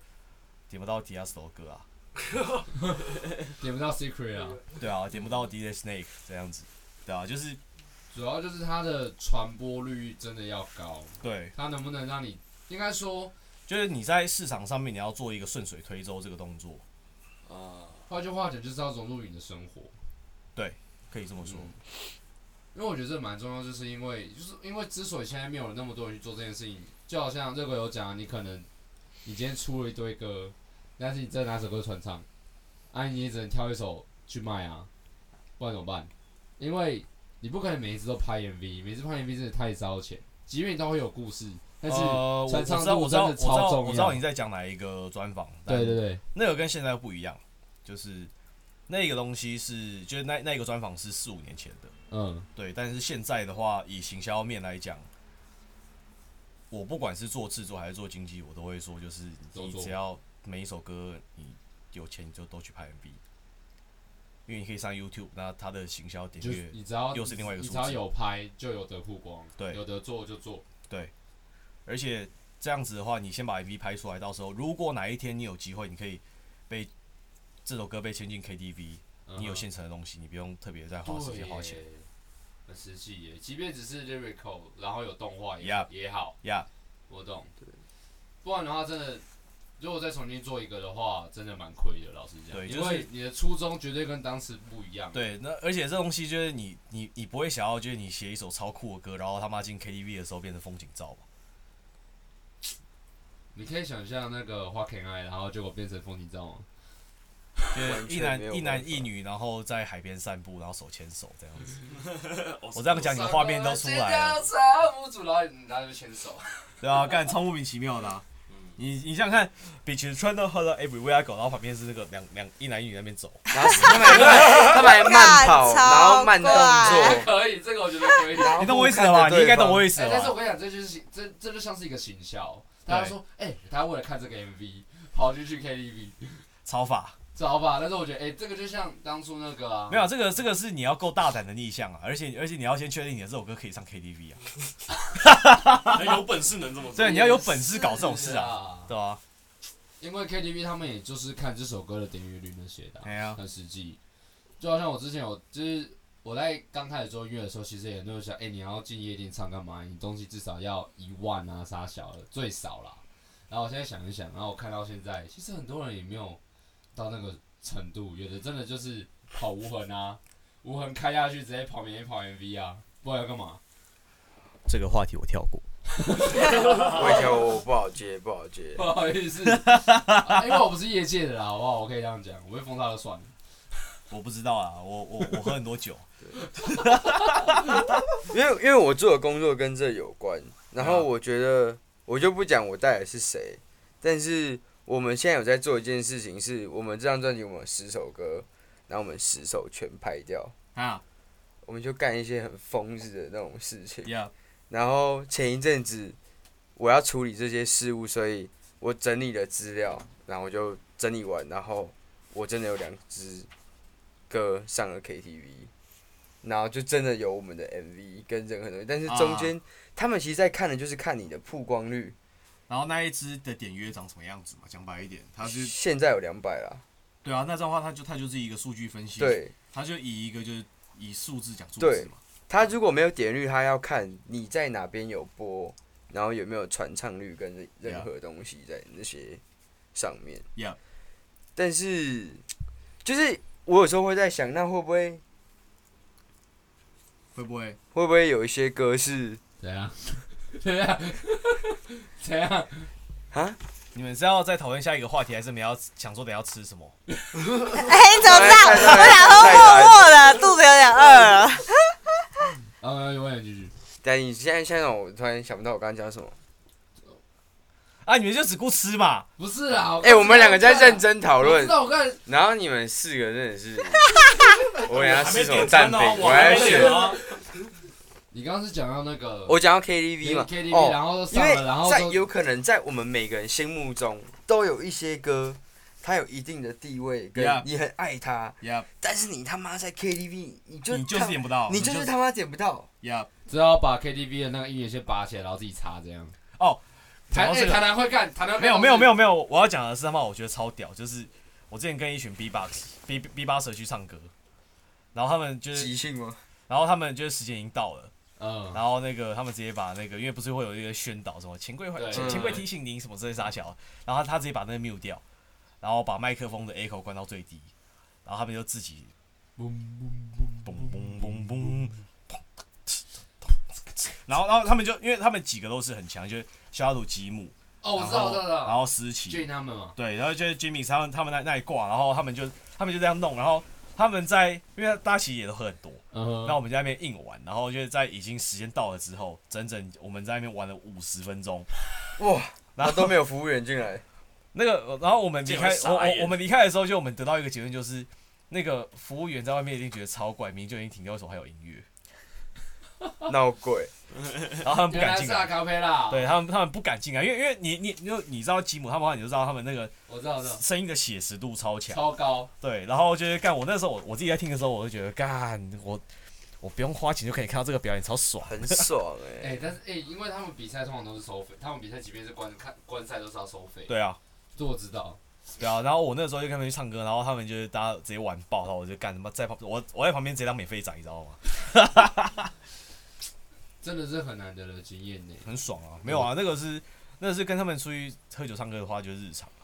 Speaker 1: 点不到 d i a s t o 歌啊，
Speaker 3: 点不到 secret 啊，
Speaker 1: 对啊，点不到 DJ Snake 这样子，对啊，就是
Speaker 3: 主要就是它的传播率真的要高，
Speaker 1: 对，
Speaker 3: 它能不能让你，应该说，
Speaker 1: 就是你在市场上面你要做一个顺水推舟这个动作，
Speaker 4: 啊，
Speaker 3: 换句话讲，就是要融入你的生活，
Speaker 1: 可以这么说。
Speaker 3: 嗯因为我觉得这蛮重要，就是因为就是因为之所以现在没有那么多人去做这件事情，就好像这个有讲啊，你可能你今天出了一堆歌，但是你真的拿首歌传唱，啊，你也只能挑一首去卖啊，不然怎么办？因为你不可能每一次都拍 MV，每次拍 MV 真的太烧钱，即便你都会有故事，但是、
Speaker 1: 呃，我我
Speaker 3: 传
Speaker 1: 知
Speaker 3: 唱
Speaker 1: 道，
Speaker 3: 度
Speaker 1: 我知道，我
Speaker 3: 真
Speaker 1: 知
Speaker 3: 的
Speaker 1: 道，
Speaker 3: 超重
Speaker 1: 我知道
Speaker 3: 要
Speaker 1: 你在讲哪一个专访，
Speaker 3: 对对
Speaker 1: 对，
Speaker 3: 对，
Speaker 1: 那个跟现在不一样，就是那个东西是，就是那那个专访是四五年前的，
Speaker 3: 嗯，
Speaker 1: 对，但是现在的话，以行销面来讲，我不管是做制作还是做经济，我都会说，就是
Speaker 3: 都
Speaker 1: 你
Speaker 3: 做
Speaker 1: 只要每一首歌你有钱，你就都去拍 MV，因为你可以上 YouTube，那它的行销点
Speaker 3: 就
Speaker 1: 阅
Speaker 3: 是你只要
Speaker 1: 又是另外一个
Speaker 3: 你
Speaker 1: 数
Speaker 3: 只要
Speaker 1: 字
Speaker 3: 有拍就有得曝光，
Speaker 1: 对
Speaker 3: 有得做就做，
Speaker 1: 而且这样子的话，你先把 MV 拍出来，到时候如果哪一天你有机会，你可以被这首歌被签进 KTV，、
Speaker 3: 嗯哼
Speaker 1: 你有现成的东西，你不用特别再花时间花钱。
Speaker 3: 对很实际耶，即便只是 lyrical，然后有动画也
Speaker 1: Yup
Speaker 3: 也好，
Speaker 1: 呀、
Speaker 3: 我懂。不然的话，真的，如果再重新做一个的话，真的蛮亏的。老实讲，
Speaker 1: 对
Speaker 3: 因
Speaker 1: 就是
Speaker 3: 为你的初衷绝对跟当时不一样。，
Speaker 1: 对，那而且这东西就是你你你不会想要，就是你写一首超酷的歌，然后他妈进 KTV 的时候变成风景照嘛？
Speaker 3: 你可以想象那个花 can I，然后结果变成风景照吗？
Speaker 1: 就是
Speaker 2: 完
Speaker 1: 一
Speaker 2: 全没有
Speaker 1: 男一
Speaker 2: 办
Speaker 1: 男
Speaker 2: 法
Speaker 1: 一女，然后在海边散步，然后手牵手这样子。我
Speaker 4: 我
Speaker 1: 这样讲，你 的画面都出来了，
Speaker 3: 三个五组，然后然后就牵手。
Speaker 1: 对啊，干超莫名其妙的、啊。
Speaker 3: 嗯
Speaker 1: 你你想想看，比起穿到喝了哎 everywhere I go，然后啊旁边是那个两两一男一女在那边走，
Speaker 2: 然后他们还 他们还慢跑，
Speaker 5: 干
Speaker 2: 然后慢动
Speaker 5: 超
Speaker 2: 作，
Speaker 3: 可以，这个我觉 得可以。
Speaker 1: 你懂我意思了吧？你应该懂我意思
Speaker 3: 哎、
Speaker 1: 了
Speaker 3: 但是我
Speaker 1: 吧？
Speaker 3: 跟你讲，这就是这这就像是一个行销。大家说，哎、大家为了看这个 MV，跑进去 KTV，
Speaker 1: 超法
Speaker 3: 知道吧？但是我觉得，哎、这个就像当初那个啊，
Speaker 1: 没有这个这个是你要够大胆的逆向啊，而且而且你要先确定你的这首歌可以上 KTV 啊，
Speaker 4: 有本事能这么做
Speaker 1: 对，你要有本事搞这种事啊，
Speaker 3: 啊。
Speaker 1: 对啊，
Speaker 3: 因为 KTV 他们也就是看这首歌的点阅率那些的、
Speaker 1: 哎呀
Speaker 3: 很实际。就好像我之前有，就是我在刚开始做音乐的时候，其实也都有想，哎、你要进夜店唱干嘛？你东西至少要一万啊，啥小的最少啦。然后我现在想一想，然后我看到现在，其实很多人也没有到那个程度，有的真的就是跑无痕啊，无痕开下去直接跑免跑 MV 啊，不然要干嘛？
Speaker 1: 这个话题我跳过。
Speaker 2: 我也跳我不好接，不好接
Speaker 3: 不。好意思，啊因为我不是业界的啦，好不好？我可以这样讲，我被封杀就算了。
Speaker 1: 我不知道啊，我我我喝很多酒，
Speaker 2: 因为因为我做的工作跟这有关，然后我觉得我就不讲我带的是谁，但是我们现在有在做一件事情，是我们这张专辑我们有十首歌，然后我们十首全拍掉，
Speaker 1: 啊，
Speaker 2: 我们就干一些很疯子的那种事情。
Speaker 1: 呀，
Speaker 2: 然后前一阵子我要处理这些事务，所以我整理了资料，然后我就整理完，然后我真的有两支歌上了 KTV，然后就真的有我们的 MV 跟任何东西，但是中间、他们其实在看的就是看你的曝光率，
Speaker 1: 然后那一支的点约长什么样子嘛？讲白一点，它是
Speaker 2: 现在有两百啦，
Speaker 1: 对啊，那这样的话，它就它就是一个数据分析，，
Speaker 2: 对。
Speaker 1: 它就以一个就是以数字讲数
Speaker 2: 对
Speaker 1: 字嘛，
Speaker 2: 他如果没有点率，他要看你在哪边有播，然后有没有传唱率跟任
Speaker 1: Yeah.
Speaker 2: 任何东西在那些上面。
Speaker 1: Yeah.
Speaker 2: 但是就是我有时候会在想，那会不会
Speaker 1: 会不会？
Speaker 2: 会不会有一些歌是
Speaker 3: 怎样？怎样？怎样？
Speaker 1: 你们是要再讨论下一个话题，还是你们要想说等一下要吃什么？
Speaker 5: 哎，你怎么这样？
Speaker 2: 来来来
Speaker 5: 我想说
Speaker 2: 来
Speaker 5: 默默的，肚子有点饿了。
Speaker 3: 啊，永远继续。
Speaker 2: 但你现在现在让我突然想不到我刚刚讲什么？
Speaker 1: 啊，你们就只顾吃嘛？
Speaker 3: 不是啦，
Speaker 2: 哎、我们两个在认真讨
Speaker 3: 讨
Speaker 2: 论，
Speaker 3: 那我看
Speaker 2: 然后你们四个真的是，我等下
Speaker 4: 还
Speaker 2: 吃
Speaker 4: 没
Speaker 2: 什么
Speaker 4: 点餐
Speaker 2: 蛋饼
Speaker 4: 哦，？我
Speaker 2: 我还
Speaker 4: 没
Speaker 2: 要选
Speaker 4: 点。哦。
Speaker 3: 你刚刚是讲到那个
Speaker 2: 我讲到 KTV 嘛
Speaker 3: KTV，、
Speaker 2: 哦，
Speaker 3: 然后
Speaker 2: 因
Speaker 3: 上
Speaker 2: 为
Speaker 3: 了，然后
Speaker 2: 在
Speaker 3: 说
Speaker 2: 有可能在我们每个人心目中都有一些歌，它有一定的地位，跟
Speaker 1: Yeah.
Speaker 2: 你很爱它，
Speaker 1: 呀，
Speaker 2: 但是你他妈在 KTV，你就
Speaker 1: 你就是点不到，
Speaker 2: 你就是他妈点不到。
Speaker 1: 呀。
Speaker 3: 只好把 KTV 的那个音源先拔起来，然后自己插这样。
Speaker 1: 哦，讲
Speaker 3: 台
Speaker 1: 到
Speaker 3: 哎
Speaker 1: 这
Speaker 3: 台
Speaker 1: 个，
Speaker 3: 南会干，台南会干
Speaker 1: 没有没有没有没有，我要讲的是他妈我觉得超屌，就是我之前跟一群 B box B B 八蛇去唱歌，然后他们就是，
Speaker 2: 即兴吗？
Speaker 1: 然后他们就是时间已经到了。
Speaker 3: 嗯，
Speaker 1: 然后那个他们直接把那个，因为不是会有一个宣导什么钱柜
Speaker 3: 对
Speaker 1: 会钱钱柜提醒您什么之类啥小，然后他直接把那个 mute 掉，然后把麦克风的 echo 关到最低，然后他们就自己嘣嘣嘣嘣，然后然后他们就因为他们几个都是很强，就是肖鲁吉姆，
Speaker 3: 哦，我
Speaker 1: 然
Speaker 3: 知道，
Speaker 1: 后
Speaker 3: 我知道，我知
Speaker 1: 然
Speaker 3: 道。
Speaker 1: 后思琪，
Speaker 3: 俊他们嘛，
Speaker 1: 对，然后就是 Jimmy 他们他们那那一挂，然后他们就他们就这样弄，然后他们在因为大家其实也都喝很多，
Speaker 3: 嗯
Speaker 1: 那我们在那边硬玩，然后就是在已经时间到了之后，整整我们在那边玩了五十分钟。
Speaker 2: 哇，
Speaker 1: 然
Speaker 2: 然
Speaker 1: 后
Speaker 2: 后都没有服务员进来，
Speaker 1: 那个，然后我们离
Speaker 4: 这
Speaker 1: 开，我
Speaker 4: 样会傻
Speaker 1: 我
Speaker 4: 眼
Speaker 1: 我们离开的时候，就我们得到一个结论，就是那个服务员在外面一定觉得超怪，明明就已经停掉，为什么还有音 乐？
Speaker 2: 闹鬼。
Speaker 1: 然后他们不
Speaker 3: 嗯原来
Speaker 1: 敢进
Speaker 3: 是阿啊
Speaker 1: 来，
Speaker 3: 咖啡啦。，
Speaker 1: 对他们他们不敢进来，因为因为你你你就你知道吉姆他们的话，你就知道他们那个
Speaker 3: 我知道，我知道，
Speaker 1: 声音的写实度超强，
Speaker 3: 超高。
Speaker 1: 对，然后就是干我那时候我我自己在听的时候，我就觉得干我我不用花钱就可以看到这个表演，超爽。
Speaker 2: 很爽哎、
Speaker 3: 哎、但是哎、因为他们比赛通常都是收费，他们比赛即便是观看观赛都是要收费。，
Speaker 1: 对啊，
Speaker 3: 这我知道。
Speaker 1: 对啊，然后我那时候就跟他们去唱歌，然后他们就是大家直接玩爆，然后我就干什么在旁，我我在旁边直接当免费仔，你知道吗？
Speaker 3: 真的是很难得的经验呢，
Speaker 1: 很爽啊。没有啊，那个是那个是跟他们出去喝酒唱歌的话就是日常，啊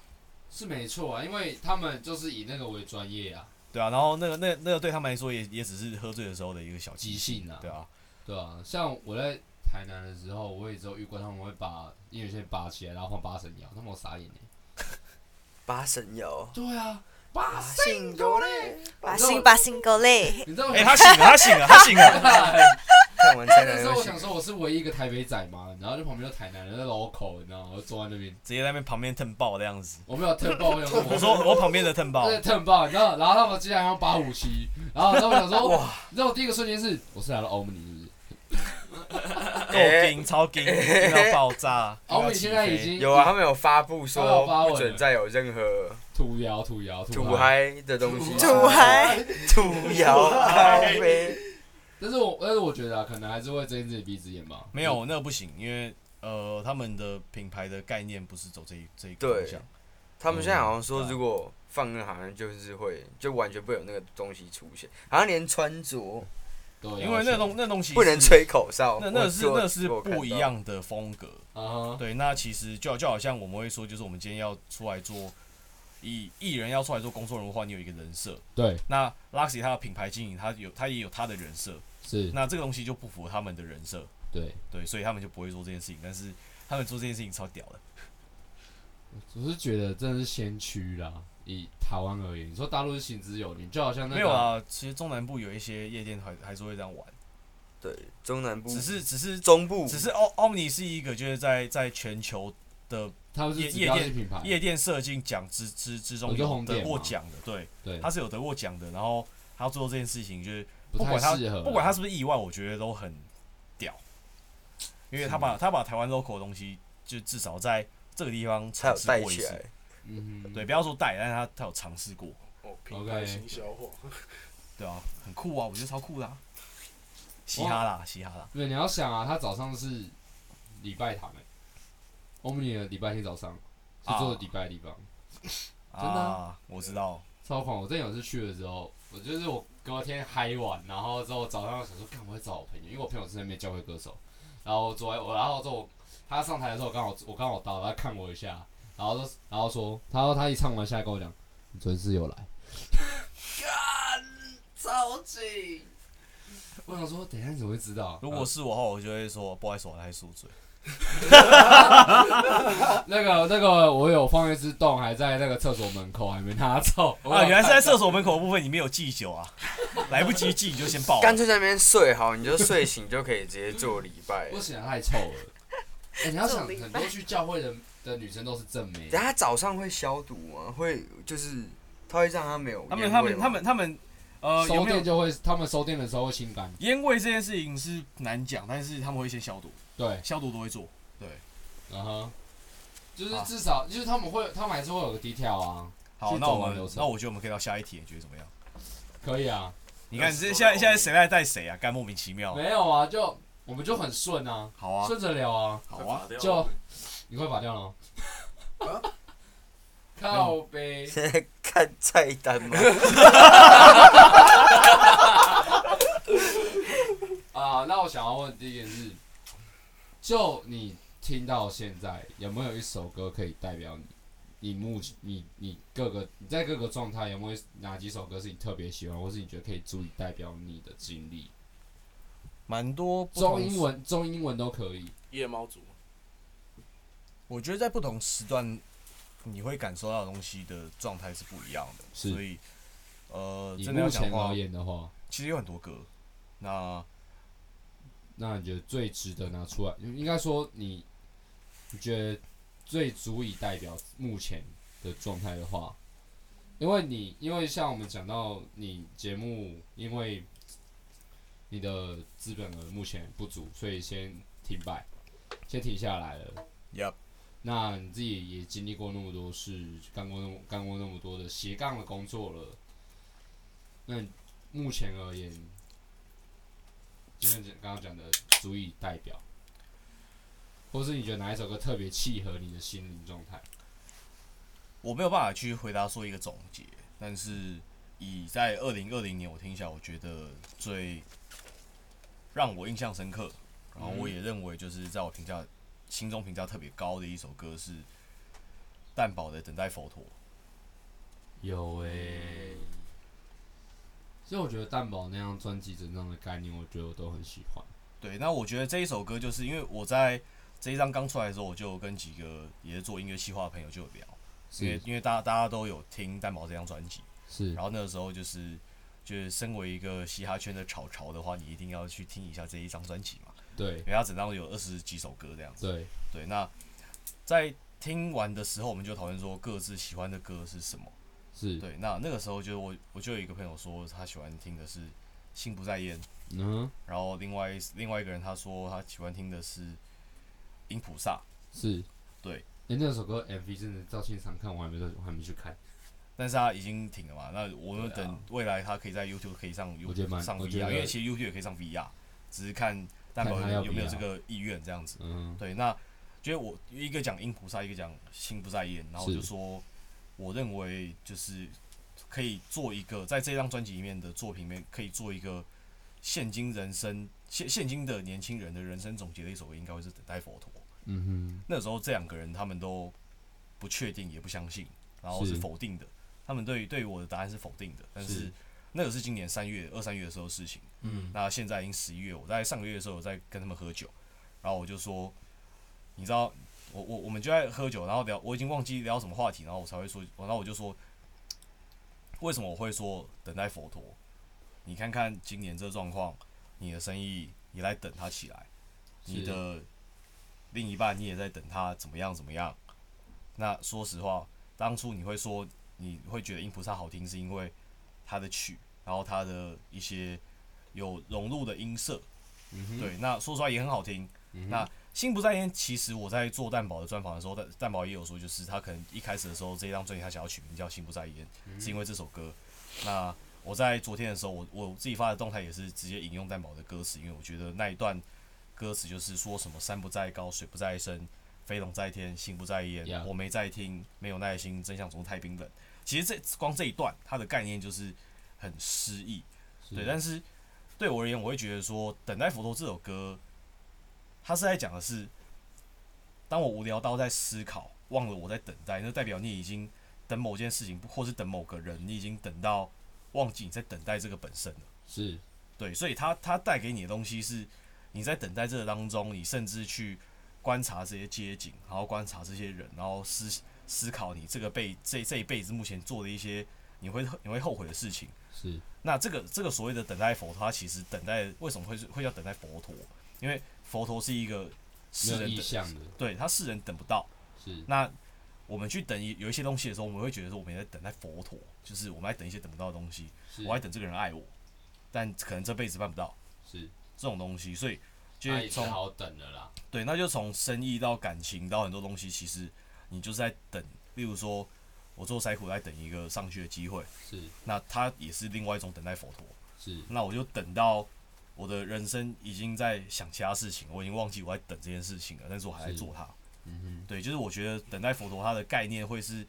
Speaker 3: 是没错啊，因为他们就是以那个为专业啊，
Speaker 1: 对啊。然后那个那那个对他们来说也也只是喝醉的时候的一个小
Speaker 3: 即
Speaker 1: 技巧，
Speaker 3: 兴啊，
Speaker 1: 对啊，
Speaker 3: 对啊，像我在台南的时候，我也只有遇过他们会把音乐线拔起来，然后放八神谣，他们我傻眼呢。
Speaker 2: 八神油，
Speaker 3: 对啊，八
Speaker 2: 信多嘞，
Speaker 5: 把心把心勾嘞，
Speaker 3: 你知道我
Speaker 1: 哎、他醒了，他醒了，他醒了。
Speaker 2: 看完才
Speaker 3: 那
Speaker 2: 能
Speaker 3: 时候
Speaker 2: 有
Speaker 3: 我
Speaker 2: 醒
Speaker 3: 想。说我是唯一一个台北仔嘛，然后就旁边就台南人在老口，你知道吗？我就坐在那边，
Speaker 1: 直接在那边旁边蹭爆的样子。
Speaker 3: 我没有腾爆，我有
Speaker 1: 我说我旁边的蹭爆
Speaker 3: 对，腾爆，你知道，然后他们竟然用八五七，然后然后我想说，
Speaker 2: 哇
Speaker 3: 哇，你知道我第一个瞬间是我是来了欧姆尼是不是？
Speaker 1: 够
Speaker 3: 哎
Speaker 1: 劲，超劲，劲到爆炸。
Speaker 3: 欧姆
Speaker 1: 要
Speaker 3: 尼
Speaker 1: 起
Speaker 3: 哎现在已
Speaker 1: 飞
Speaker 3: 经
Speaker 2: 有啊，他们有发布
Speaker 3: 他们
Speaker 2: 说
Speaker 3: 有发文
Speaker 2: 不准再有任何
Speaker 3: 土窑土窑
Speaker 2: 土，嗨的东西，
Speaker 5: 土嗨，
Speaker 2: 土摇咖啡，
Speaker 3: 但是我但是我觉得啊，可能还是会睁一只眼闭一只眼吧。
Speaker 1: 没有，那个不行，因为呃，他们的品牌的概念不是走这一这一个
Speaker 2: 对
Speaker 1: 方向。
Speaker 2: 他们现
Speaker 1: 嗯
Speaker 2: 在好像
Speaker 1: 啊
Speaker 2: 说如果放那好像就是会就完全不会有那个东西出现，好像连穿着
Speaker 3: 对，
Speaker 1: 因为那东那东西
Speaker 2: 不能
Speaker 1: 是，
Speaker 2: 吹口哨，
Speaker 1: 那那是
Speaker 2: 我
Speaker 1: 那是
Speaker 2: 我看到
Speaker 1: 不一样的风格。
Speaker 3: 啊哈，
Speaker 1: 对，那其实就好就好像我们会说，就是我们今天要出来做艺艺人要出来做公众人物的话，你有一个人设。
Speaker 3: 对，
Speaker 1: 那 Luxy 它的品牌经营，它有它也有它的人设，
Speaker 3: 是，
Speaker 1: 那这个东西就不符合他们的人设。
Speaker 3: 对，
Speaker 1: 对，所以他们就不会做这件事情。但是他们做这件事情超屌的，
Speaker 3: 我是觉得真的是先驱啦。以台湾而言，你说大陆是行之有年，就好像那个
Speaker 1: 没有啊。其实中南部有一些夜店还还是会这样玩，
Speaker 2: 对中南部，
Speaker 1: 只是只是
Speaker 2: 中部，
Speaker 1: 只是 O Omni 是一个就是在在全球的
Speaker 3: 他们是
Speaker 1: 夜
Speaker 3: 指标
Speaker 1: 夜
Speaker 3: 性品牌，
Speaker 1: 夜店设计奖之之之中
Speaker 3: 我就
Speaker 1: 有
Speaker 3: 红
Speaker 1: 得
Speaker 3: 点
Speaker 1: 过
Speaker 3: 嘛
Speaker 1: 奖的，对，
Speaker 3: 对，
Speaker 1: 他是有得过奖的。然后他做这件事情，就是
Speaker 3: 不
Speaker 1: 不
Speaker 3: 太
Speaker 1: 管他
Speaker 3: 适合啦，
Speaker 1: 不管他是不是意外，我觉得都很屌，因为他把他把台湾 local 的东西，就至少在这个地方
Speaker 2: 才
Speaker 1: 尝
Speaker 2: 有
Speaker 1: 试
Speaker 2: 带
Speaker 1: 过一
Speaker 2: 起
Speaker 1: 次
Speaker 2: 来。。
Speaker 3: 嗯哼，
Speaker 1: 对，不要说带，但是他他有尝试过，
Speaker 4: 哦，品牌行销化，
Speaker 1: 对啊，很酷啊，我觉得超酷的啊、嘻哈啦，嘻哈啦，
Speaker 3: 对，你要想啊，他早上是礼拜堂诶、欸欧姆尼的礼拜天早上是做
Speaker 1: 啊
Speaker 3: 礼拜的地方，
Speaker 1: 真
Speaker 3: 的啊
Speaker 1: 我知道。
Speaker 3: 超狂！我真有一次去的时候，我就是我隔天嗨完，然后之后早上想说，干，我会找我朋友，因为我朋友是那边教会歌手，然后我昨天我然后之后他上台的时候，我刚好我刚好到，他看我一下，然后说然后说，他说他一唱完下来跟我讲，你昨天是有来，干，超紧！我想说，等一下你怎么会知道？
Speaker 1: 如果是我的话，我就会说不好意思，我太宿醉。
Speaker 3: 那个那个，我有放一只洞，还在那个厕所门口，还没拿走。
Speaker 1: 啊，原来是在厕所门口的部分你没有记酒啊，来不及记你就先爆了
Speaker 2: 干。脆在那边睡好，你就睡醒就可以直接做礼 拜
Speaker 3: 我。显得太臭了。哎、你要
Speaker 5: 这
Speaker 3: 想，
Speaker 5: 种礼拜
Speaker 3: 很多去教会的的女生都是正 妹
Speaker 2: 等，下早上会消毒吗？会就是他会让他没有
Speaker 1: 他们
Speaker 2: 烟
Speaker 1: 他
Speaker 2: 味
Speaker 1: 们
Speaker 2: 吗
Speaker 1: 他们他们呃有
Speaker 3: 收
Speaker 1: 没有
Speaker 3: 店就会，他们收店的时候会清干。
Speaker 1: 烟味这件事情是难讲，但是他们会先消毒，
Speaker 3: 对，
Speaker 1: 消毒都会做。
Speaker 3: 嗯哼，就是
Speaker 1: 啊
Speaker 3: 至少、就是他们会，他们还是会有个 detail 啊，
Speaker 1: 好，
Speaker 3: 去
Speaker 1: 那
Speaker 3: 走
Speaker 1: 我
Speaker 3: 完
Speaker 1: 们
Speaker 3: 流程
Speaker 1: 那我觉得我们可以到下一题，你觉得怎么样？
Speaker 3: 可以啊，
Speaker 1: 你看
Speaker 4: 那
Speaker 1: 这
Speaker 4: 是
Speaker 1: 现在
Speaker 4: 说到
Speaker 1: 现在谁来带谁啊？干莫名其妙。
Speaker 3: 没有啊，就我们就很顺啊，
Speaker 1: 好啊，
Speaker 3: 顺着聊啊，
Speaker 1: 好啊，
Speaker 3: 就你快拔掉了哦、 靠背，
Speaker 2: 现在看菜单 吗？
Speaker 3: 啊，那我想要问第一个是，就你听到现在，有没有一首歌可以代表你？你目前你你各个你在各个状态有没有哪几首歌是你特别喜欢，或是你觉得可以足以代表你的经历？
Speaker 1: 蛮多不同
Speaker 3: 中英文中英文都可以。
Speaker 4: 夜猫族，
Speaker 1: 我觉得在不同时段，你会感受到的东西的状态是不一样的，
Speaker 3: 是
Speaker 1: 所以呃，
Speaker 3: 以
Speaker 1: 真的要
Speaker 3: 目
Speaker 1: 讲
Speaker 3: 前
Speaker 1: 的话
Speaker 3: 而，言的话，
Speaker 1: 其实有很多歌，那
Speaker 3: 那你觉得最值得拿出来？应该说你你觉得最足以代表目前的状态的话，因为你因为像我们讲到你节目，因为你的资本额目前不足，所以先停摆，先停下来了。
Speaker 1: Yup
Speaker 3: 那你自己也经历过那么多事，干过那么干过那么多的斜杠的工作了，那你目前而言，就是刚刚讲的足以代表，或是你觉得哪一首歌特别契合你的心灵状态？
Speaker 1: 我没有办法去回答说一个总结，但是以在二零二零年我听起来，我觉得最让我印象深刻，然后我也认为就是在我评价心中评价特别高的一首歌是蛋堡的《等待佛陀》。
Speaker 3: 有诶、
Speaker 1: 欸
Speaker 3: 嗯所以我觉得蛋堡那张专辑整张的概念，我觉得我都很喜欢。
Speaker 1: 对，那我觉得这一首歌就是因为我在这一张刚出来的时候，我就跟几个也是做音乐企划的朋友就有聊，因为
Speaker 3: 是
Speaker 1: 因为大家大家都有听蛋堡这张专辑，
Speaker 3: 是
Speaker 1: 然，后那个时候就是就是身为一个嘻哈圈的草潮的话，你一定要去听一下这一张专辑嘛，
Speaker 3: 对
Speaker 1: 因为它整张有二十几首歌这样子。
Speaker 3: 对，
Speaker 1: 对，那在听完的时候，我们就讨论说各自喜欢的歌是什么。
Speaker 3: 是，
Speaker 1: 对，那那个时候就我我就有一个朋友说他喜欢听的是《心不在焉》，
Speaker 3: 嗯哼，
Speaker 1: 然后另外另外一个人他说他喜欢听的是《音菩萨》，
Speaker 3: 是，
Speaker 1: 对
Speaker 3: 诶。那首歌 MV 真的到现场看，我还没到，我还没去看，
Speaker 1: 但是他已经停了嘛。那我们
Speaker 3: 对啊
Speaker 1: 等未来他可以在 YouTube 可以上
Speaker 3: 我觉得
Speaker 1: YouTube
Speaker 3: 蛮
Speaker 1: 上
Speaker 3: 我觉
Speaker 1: VR，
Speaker 3: 得
Speaker 1: 因为其实 YouTube 也可以上 VR，只是看蛋
Speaker 3: 看
Speaker 1: 宝
Speaker 3: 他要
Speaker 1: 有有没有
Speaker 3: VR
Speaker 1: 这个意愿这样子。
Speaker 3: 嗯，
Speaker 1: 对，那就是我一个讲音菩萨，一个讲心不在焉，然后我
Speaker 3: 是
Speaker 1: 就说，我认为就是可以做一个在这张专辑里面的作品里面，可以做一个现今人生现现今的年轻人的人生总结的一首歌，应该会是《等待佛陀》。
Speaker 3: 嗯
Speaker 1: 那时候这两个人他们都不确定，也不相信，然后是
Speaker 3: 是
Speaker 1: 否定的。他们对对于我的答案是否定的，但
Speaker 3: 是
Speaker 1: 是那个是今年三月二三月的时候的事情。
Speaker 3: 哼，嗯，
Speaker 1: 那现在已经十一月，我在上个月的时候我在跟他们喝酒，然后我就说，你知道，我我我们就在喝酒，然后聊，我已经忘记聊什么话题，然后我才会说，然后我就说，为什么我会说等待佛陀？你看看今年这状况，你的生意你来等它起来，你
Speaker 3: 是
Speaker 1: 的另一半你也在等他怎么样怎么样。那说实话，当初你会说你会觉得音菩萨好听，是因为它的曲，然后它的一些有融入的音色，
Speaker 3: 嗯哼，
Speaker 1: 对，那说实话也很好听。
Speaker 3: 嗯哼，
Speaker 1: 那心不在焉，其实我在做蛋堡的专访的时候，蛋蛋堡也有说，就是他可能一开始的时候，这张专辑他想要取名叫《心不在焉》，
Speaker 3: 嗯
Speaker 1: 是因为这首歌。那我在昨天的时候，我我自己发的动态也是直接引用蛋堡的歌词，因为我觉得那一段歌词就是说什么“山不在高，水不在深，飞龙在天，心不在焉
Speaker 3: Yeah
Speaker 1: 我没在听，没有耐心，真相总是太冰冷。”其实这光这一段，它的概念就是很诗意，
Speaker 3: 是
Speaker 1: 对，但是对我而言，我会觉得说，《等待佛陀》这首歌，它是在讲的是，当我无聊到在思考，忘了我在等待，那代表你已经等某件事情，或是等某个人，你已经等到忘记你在等待这个本身了。
Speaker 3: 是
Speaker 1: 对，所以它它带给你的东西是，你在等待这个当中，你甚至去观察这些街景，然后观察这些人，然后思思考你这个辈这这一辈子目前做的一些你会你会后悔的事情。
Speaker 3: 是，
Speaker 1: 那这个这个所谓的等待佛陀，它其实等待为什么会是会叫等待佛陀？因为佛陀是一个世
Speaker 3: 没有
Speaker 1: 人
Speaker 3: 意
Speaker 1: 等，
Speaker 3: 向的，
Speaker 1: 对他世人等不到。
Speaker 3: 是
Speaker 1: 那我们去等一有一些东西的时候，我们会觉得说我们也在等待佛陀，就是我们在等一些等不到的东西，
Speaker 3: 是，
Speaker 1: 我还等这个人爱我，但可能这辈子办不到
Speaker 3: 是，
Speaker 1: 这种东西，所以就
Speaker 3: 那
Speaker 1: 是
Speaker 3: 也是
Speaker 1: 从
Speaker 3: 好等的啦，
Speaker 1: 对，那就从生意到感情到很多东西，其实你就是在等，例如说我做塞苦在等一个上去的机会，
Speaker 3: 是
Speaker 1: 那它也是另外一种等待佛陀。
Speaker 3: 是
Speaker 1: 那我就等到我的人生已经在想其他事情，我已经忘记我在等这件事情了，但是我还在
Speaker 3: 是
Speaker 1: 做它。
Speaker 3: 嗯
Speaker 1: 对，就是我觉得等待佛陀它的概念会是，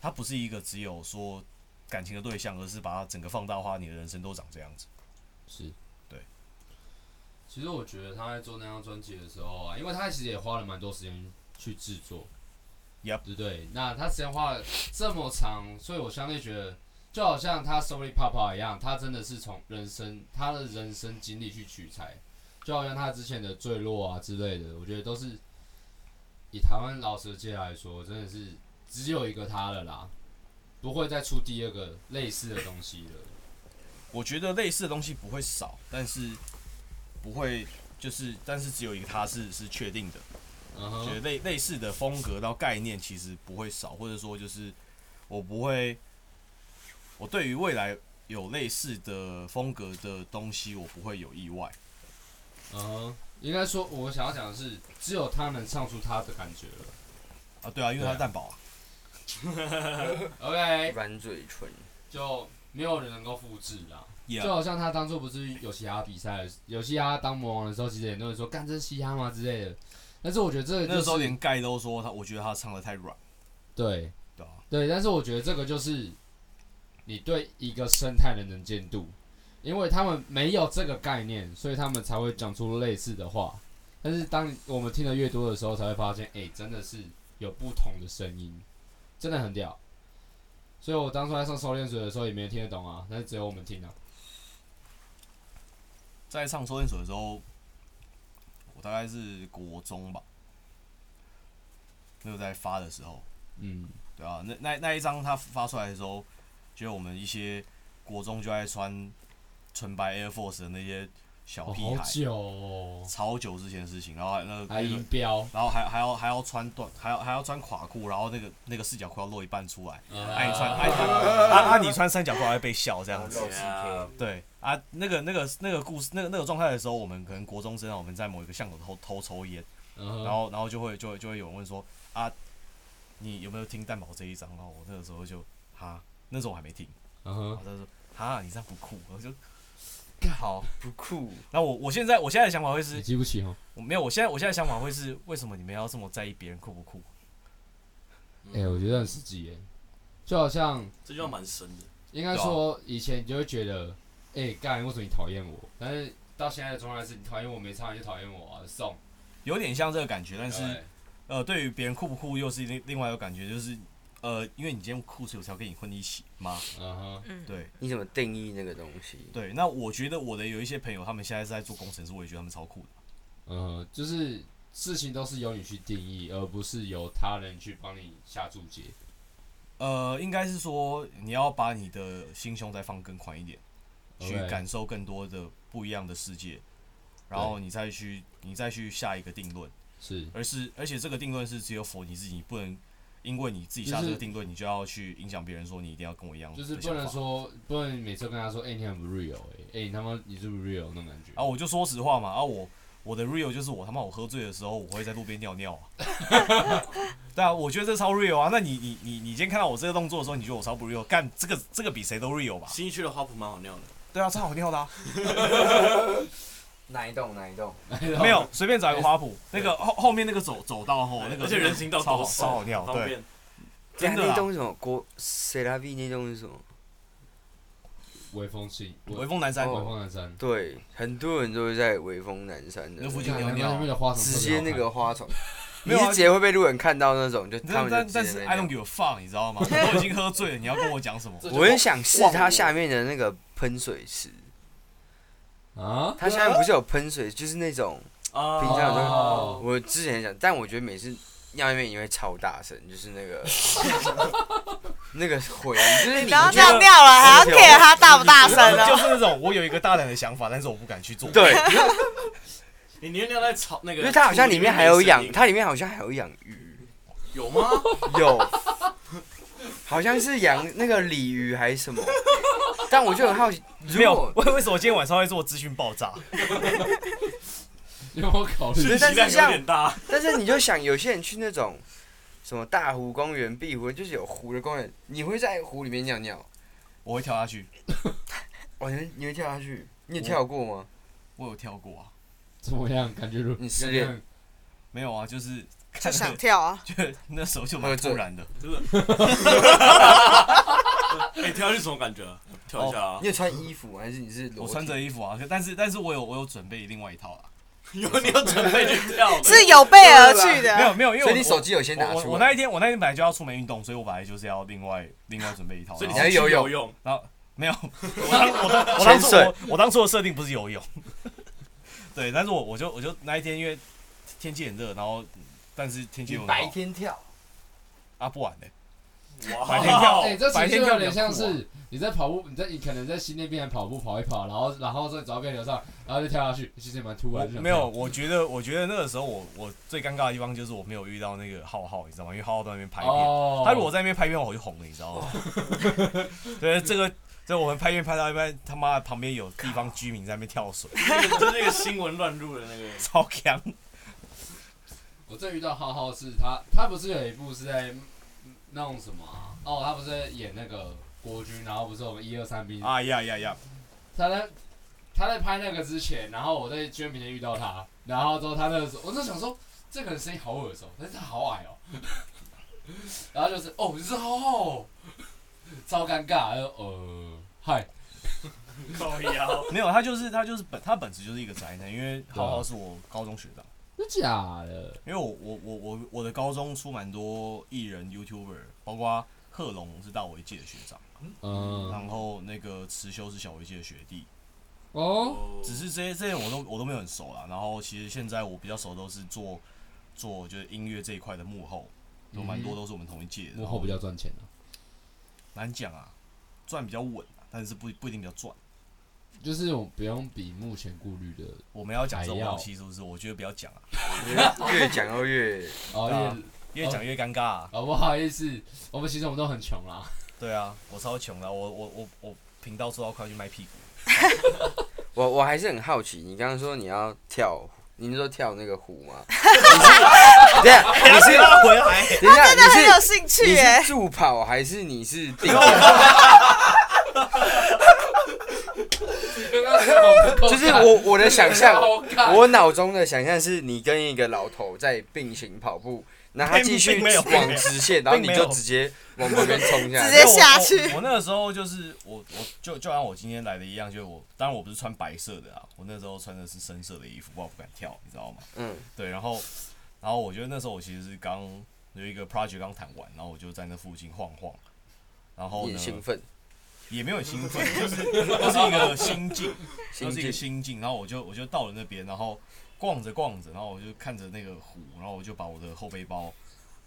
Speaker 1: 它不是一个只有说感情的对象，而是把它整个放大化，你的人生都长这样子。
Speaker 3: 哼，是，
Speaker 1: 对。
Speaker 3: 其实我觉得他在做那张专辑的时候啊，因为他其实也花了蛮多时间去制作
Speaker 1: Yup
Speaker 3: 对不对？那他时间花了这么长，所以我相对觉得，就好像他 Sorry Papa 一样，他真的是从人生他的人生经历去取材，就好像他之前的坠落啊之类的，我觉得都是以台湾老舌界来说，真的是只有一个他了啦，不会再出第二个类似的东西了。
Speaker 1: 我觉得类似的东西不会少，但是不会就是，但是只有一个它是是确定的。
Speaker 3: 嗯
Speaker 1: 觉得
Speaker 3: 哼，
Speaker 1: 类类似的风格到概念其实不会少，或者说就是我不会，我对于未来有类似的风格的东西，我不会有意外。
Speaker 3: 嗯哼，应该说，我想要讲的是，只有他能唱出他的感觉 了。
Speaker 1: 啊，对啊，因为它是蛋堡啊，
Speaker 3: OK，
Speaker 2: 软嘴唇，
Speaker 3: 就没有人能够复制啦。
Speaker 1: 也、
Speaker 3: 就好像他当初不是有嘻哈比赛，有嘻哈当魔王的时候，其实很多人说干这是嘻哈吗之类的。但是我觉得这个
Speaker 1: 那
Speaker 3: 就
Speaker 1: 时候
Speaker 3: 是
Speaker 1: 连盖都说他，我觉得他唱的太软，
Speaker 3: 对
Speaker 1: 对啊，
Speaker 3: 对，但是我觉得这个就是你对一个生态的能见度。因为他们没有这个概念，所以他们才会讲出类似的话。但是当我们听得越多的时候，才会发现，哎、真的是有不同的声音，真的很屌。所以我当初在上收敛水的时候，也没人听得懂啊，但是只有我们听啊。
Speaker 1: 在唱收敛所的时候，我大概是国中吧，那个在发的时候，
Speaker 3: 嗯，
Speaker 1: 对啊，那那那一张他发出来的时候，就我们一些国中就爱穿纯白 Air Force 的那些小
Speaker 3: 哦、
Speaker 1: 屁
Speaker 3: 好
Speaker 1: 孩，
Speaker 3: 久、哦，
Speaker 1: 超久之前的事情，然后还那个
Speaker 3: 还
Speaker 1: 那
Speaker 3: 音
Speaker 1: 个
Speaker 3: 标，
Speaker 1: 然后还还要还要穿短，还要还要穿垮裤，然后那个那个四角裤要露一半出来，
Speaker 3: 哎
Speaker 1: 哎、你穿哎、你穿啊啊你穿三角裤还会被笑这样子，
Speaker 2: 啊
Speaker 1: 对啊，那个那个那个故事那个那个状态的时候，我们可能国中生啊，我们在某一个巷口偷偷抽烟，
Speaker 3: 然
Speaker 1: 然后然后就会就会就会有人问说啊，你有没有听蛋堡这一张？然后我那个时候就哈，那时候我还没听，然
Speaker 3: 嗯哼
Speaker 1: 后，他就说哈，你这样不酷，我就好。
Speaker 2: 不酷，
Speaker 1: 然后我我现在我现在的想法会
Speaker 3: 你
Speaker 1: 是，
Speaker 3: 记不起哦。
Speaker 1: 我没有，我现在我现在的想法会是，为什么你们要这么在意别人酷不酷？
Speaker 3: 哎、我觉得很实际耶，就好像
Speaker 6: 这句话蛮深的。
Speaker 3: 应该说以前你就会觉得，哎、干，为什么你讨厌我？但是到现在的状态是你讨厌我没差，你就讨厌我啊，送。
Speaker 1: 有点像这个感觉，但是
Speaker 3: 对
Speaker 1: 呃，对于别人酷不酷又是另另外一个感觉，就是呃，因为你今天酷，所以我才要跟你混一起嘛。
Speaker 3: 嗯哼，
Speaker 5: 嗯，
Speaker 1: 对
Speaker 2: 你怎么定义那个东西？
Speaker 1: 对，那我觉得我的有一些朋友，他们现在是在做工程师，我也觉得他们超酷的。
Speaker 3: 嗯哼，就是事情都是由你去定义，而不是由他人去帮你下注解。
Speaker 1: 呃，应该是说你要把你的心胸再放更宽一点，去
Speaker 3: OK
Speaker 1: 感受更多的不一样的世界，然后你再去你再去下一个定论，
Speaker 3: 是，
Speaker 1: 而是而且这个定论是只有否你自己，你不能因为你自己下
Speaker 3: 就
Speaker 1: 这
Speaker 3: 是
Speaker 1: 个定论，你就要去影响别人说你一定要跟我一样
Speaker 3: 就
Speaker 1: 的想
Speaker 3: 是
Speaker 1: 法，
Speaker 3: 不能说，不能每次跟他说，哎、你很不 real，哎、哎、你他妈你是不是 real 那种感觉。
Speaker 1: 啊，我就说实话嘛，啊我我的 real 就是我他妈我喝醉的时候我会在路边尿尿 啊，对啊，我觉得这超 real 啊。那你你你你今天看到我这个动作的时候，你觉得我超不 real？干这个这个比谁都 real 吧？
Speaker 6: 新一区的花圃蛮好尿的，
Speaker 1: 对啊，超好尿的、啊，
Speaker 2: 哪一栋？哪一栋？
Speaker 1: 没有随便找一个花圃，那个后后面那个走走道后哦那个，
Speaker 6: 而且人行道
Speaker 1: 超
Speaker 6: 都
Speaker 1: 好
Speaker 6: 是
Speaker 1: 超好尿，
Speaker 6: 方
Speaker 1: 对，
Speaker 6: 便。
Speaker 1: 真的
Speaker 2: 那
Speaker 1: 啊。
Speaker 2: 栋是什么？国塞拉比那栋是什么？
Speaker 3: 微风信，微
Speaker 1: 微风哦南山，
Speaker 2: 哦
Speaker 3: 微风南山，
Speaker 2: 对，很多人都是在微风南山的
Speaker 1: 那，附近
Speaker 3: 干
Speaker 1: 有
Speaker 3: 那
Speaker 1: 鸟
Speaker 3: 那边的花丛
Speaker 2: 直
Speaker 3: 特别
Speaker 2: 接
Speaker 3: 好
Speaker 2: 那
Speaker 3: 看
Speaker 2: 个花丛，
Speaker 1: 没有啊
Speaker 2: 你是直接会被路人看到那种，就他
Speaker 1: 但
Speaker 2: 们
Speaker 1: 但
Speaker 2: 就
Speaker 1: 但
Speaker 2: 直接
Speaker 1: 是
Speaker 2: 在
Speaker 1: I
Speaker 2: 那
Speaker 1: don't
Speaker 2: 样。
Speaker 1: give a fuck，你知 道吗？我都已经喝醉了，你要跟我讲什么？
Speaker 2: 我很想试它下面的那个喷水池，
Speaker 3: 啊，
Speaker 2: 它下面不是有喷水，就是那种
Speaker 6: 啊，
Speaker 2: 平常都
Speaker 3: 哦
Speaker 2: 我之前讲，但我觉得每次尿那边也会超大声，就是那 个那个回音，就是
Speaker 5: 你
Speaker 2: 你
Speaker 5: 都要
Speaker 2: 觉得
Speaker 5: 尿尿了，还要 care 他大不
Speaker 2: 啊
Speaker 5: 大声
Speaker 1: 就
Speaker 5: 哦？
Speaker 1: 是那种我有一个大胆的想法，但是我不敢去做。
Speaker 2: 对，
Speaker 6: 你尿尿在草那个，
Speaker 2: 因为它好像里面还有养，
Speaker 6: 它
Speaker 2: 它里面好像还有养鱼，
Speaker 6: 有吗？
Speaker 2: 有，好像是养那个鲤鱼还是什么，但我就很好奇，
Speaker 1: 没
Speaker 2: 如
Speaker 1: 有
Speaker 2: 果，
Speaker 1: 为为什么今天晚上会做资讯爆炸？
Speaker 3: 有没有考虑
Speaker 2: 是？
Speaker 6: 讯息量有点大，
Speaker 2: 但是你就想有些人去那种什么大湖公园、碧湖，就是有湖的公园，你会在湖里面尿尿，
Speaker 1: 我会跳下去，
Speaker 2: 哦，你会你会跳下去，你有
Speaker 1: 我
Speaker 2: 跳过吗？
Speaker 1: 我有跳过啊，
Speaker 3: 怎么样？感觉如
Speaker 2: 你失恋？
Speaker 1: 没有啊， 就是
Speaker 5: 就
Speaker 1: 看
Speaker 5: 想跳啊！
Speaker 1: 就那时候就蛮突然的。
Speaker 6: 真的。哎，跳下去什么感觉啊？跳一下啊
Speaker 2: 你！有穿衣服吗还是你是裸体？
Speaker 1: 我穿着衣服啊，可但是但是我有我有准备另外一 套啊，
Speaker 6: 有你有准备去跳的？
Speaker 5: 是有备而去的，
Speaker 1: 没有没有，因为
Speaker 2: 所
Speaker 1: 我
Speaker 2: 以你手机有先拿
Speaker 1: 我我
Speaker 2: 出
Speaker 1: 我那
Speaker 2: 来
Speaker 1: 一。天我那一天本来就要出门运动，所以我本来就是要另外另外准备一套。
Speaker 6: 所以你
Speaker 1: 然后
Speaker 6: 是去
Speaker 2: 游泳
Speaker 6: 游泳，
Speaker 1: 然后没有，我当我当我当初
Speaker 2: 潜
Speaker 1: 我我当初的设定不是游泳， 对，但是我我就我就那一天因为天气很热，然后但是天气又很好
Speaker 2: 天跳，
Speaker 1: 啊不晚嘞，
Speaker 6: 哇
Speaker 1: 白天跳
Speaker 3: 哎，这
Speaker 1: 哦白
Speaker 3: 其实
Speaker 1: 天跳
Speaker 3: 有
Speaker 1: 比较
Speaker 3: 点
Speaker 1: 酷
Speaker 3: 像
Speaker 1: 啊
Speaker 3: 是你在跑步，你在你可能在新那边跑步跑一跑，然后然后再走到边流上，然后就跳下去，其实也蛮突
Speaker 1: 我
Speaker 3: 然。就想
Speaker 1: 没有，我觉得，我觉得那个时候我我最尴尬的地方就是我没有遇到那个浩浩，你知道吗？因为浩浩在那边拍片，
Speaker 3: 哦，
Speaker 1: 他如果在那边拍片，我就红了，你知道吗？ 对，这个，这我们拍片拍到一半，他妈的旁边有地方居民在那边跳水，
Speaker 6: 那个就是那个新闻乱入的那个。
Speaker 1: 超强。
Speaker 3: 我最遇到浩浩是他，他不是有一部是在嗯那种什么啊哦，他不是在演那个国军，然后不是我们一二三兵，
Speaker 1: 啊呀呀呀！
Speaker 3: 他在他在拍那个之前，然后我在捐品店遇到他，然后之后他那个时候，我就想说这个人声音好耳熟，但是他好矮哦， 然后就是哦，你是浩浩哦，超尴尬，然后呃嗨，
Speaker 6: 靠腰，
Speaker 1: 没有，他就是他就是本他本质就是一个宅男，因为
Speaker 3: 啊
Speaker 1: 浩浩是我高中学长，
Speaker 3: 真假的？
Speaker 1: 因为我我我我我的高中出蛮多艺人 YouTuber，包括贺龙是大我一届的学长，
Speaker 3: 嗯，
Speaker 1: 然后那个池修是小我一届的学弟，
Speaker 3: 哦，
Speaker 1: 只是这些这些我都我都没有很熟啦。然后其实现在我比较熟都是做做就是音乐这一块的幕后，有蛮多都是我们同一届的，
Speaker 3: 嗯幕
Speaker 1: 然
Speaker 3: 后
Speaker 1: 后
Speaker 3: 比较赚钱啊，
Speaker 1: 难讲啊，赚比较稳啊，但是不不一定比较赚。
Speaker 3: 就是我不用比目前顾虑的，
Speaker 1: 我们要讲这种
Speaker 3: 还要
Speaker 1: 东西是不是？我觉得不要讲啊，
Speaker 2: 越讲到越
Speaker 3: 哦，
Speaker 1: 对啊
Speaker 3: 因
Speaker 1: 越
Speaker 3: 为
Speaker 1: 讲越尴尬、啊。
Speaker 3: 哦不好意思，我们其实我们都很穷啦，
Speaker 1: 对啊，我超穷的，我我我我频道做到快去卖屁股。
Speaker 2: 我我还是很好奇，你刚刚说你要跳，你是说跳那个湖吗？你是等一下，你是
Speaker 1: 回来，
Speaker 2: 等一下，
Speaker 5: 真的很有
Speaker 2: 你
Speaker 5: 兴
Speaker 2: 是你
Speaker 5: 趣哎
Speaker 1: 欸
Speaker 2: 是、助跑还是你是定？就是我 我的想象，我脑中的想象是你跟一个老头在并行跑步，然后他继续
Speaker 1: 并没有并没有
Speaker 2: 往直线，然后你
Speaker 1: 并没
Speaker 2: 就
Speaker 1: 有
Speaker 2: 直接往旁边冲下
Speaker 5: 直
Speaker 2: 来
Speaker 5: 接。下去
Speaker 1: 我我我那个时候就是我，我就就按我今天来的一样，就是我，当然我不是穿白色的啊，我那时候穿的是深色的衣服，不然我不敢跳，你知道吗？
Speaker 2: 嗯，
Speaker 1: 对，然后，然后我觉得那时候我其实是刚有一个 project 刚谈完，然后我就在那附近晃晃，然后
Speaker 2: 你
Speaker 1: 呢
Speaker 2: 很兴奋，
Speaker 1: 也没有很兴奋，就是就是一个心境，
Speaker 2: 心
Speaker 1: 就是一个
Speaker 2: 境。
Speaker 1: 心境，然后我就我就到了那边，然后逛着逛着，然后我就看着那个湖，然后我就把我的后背包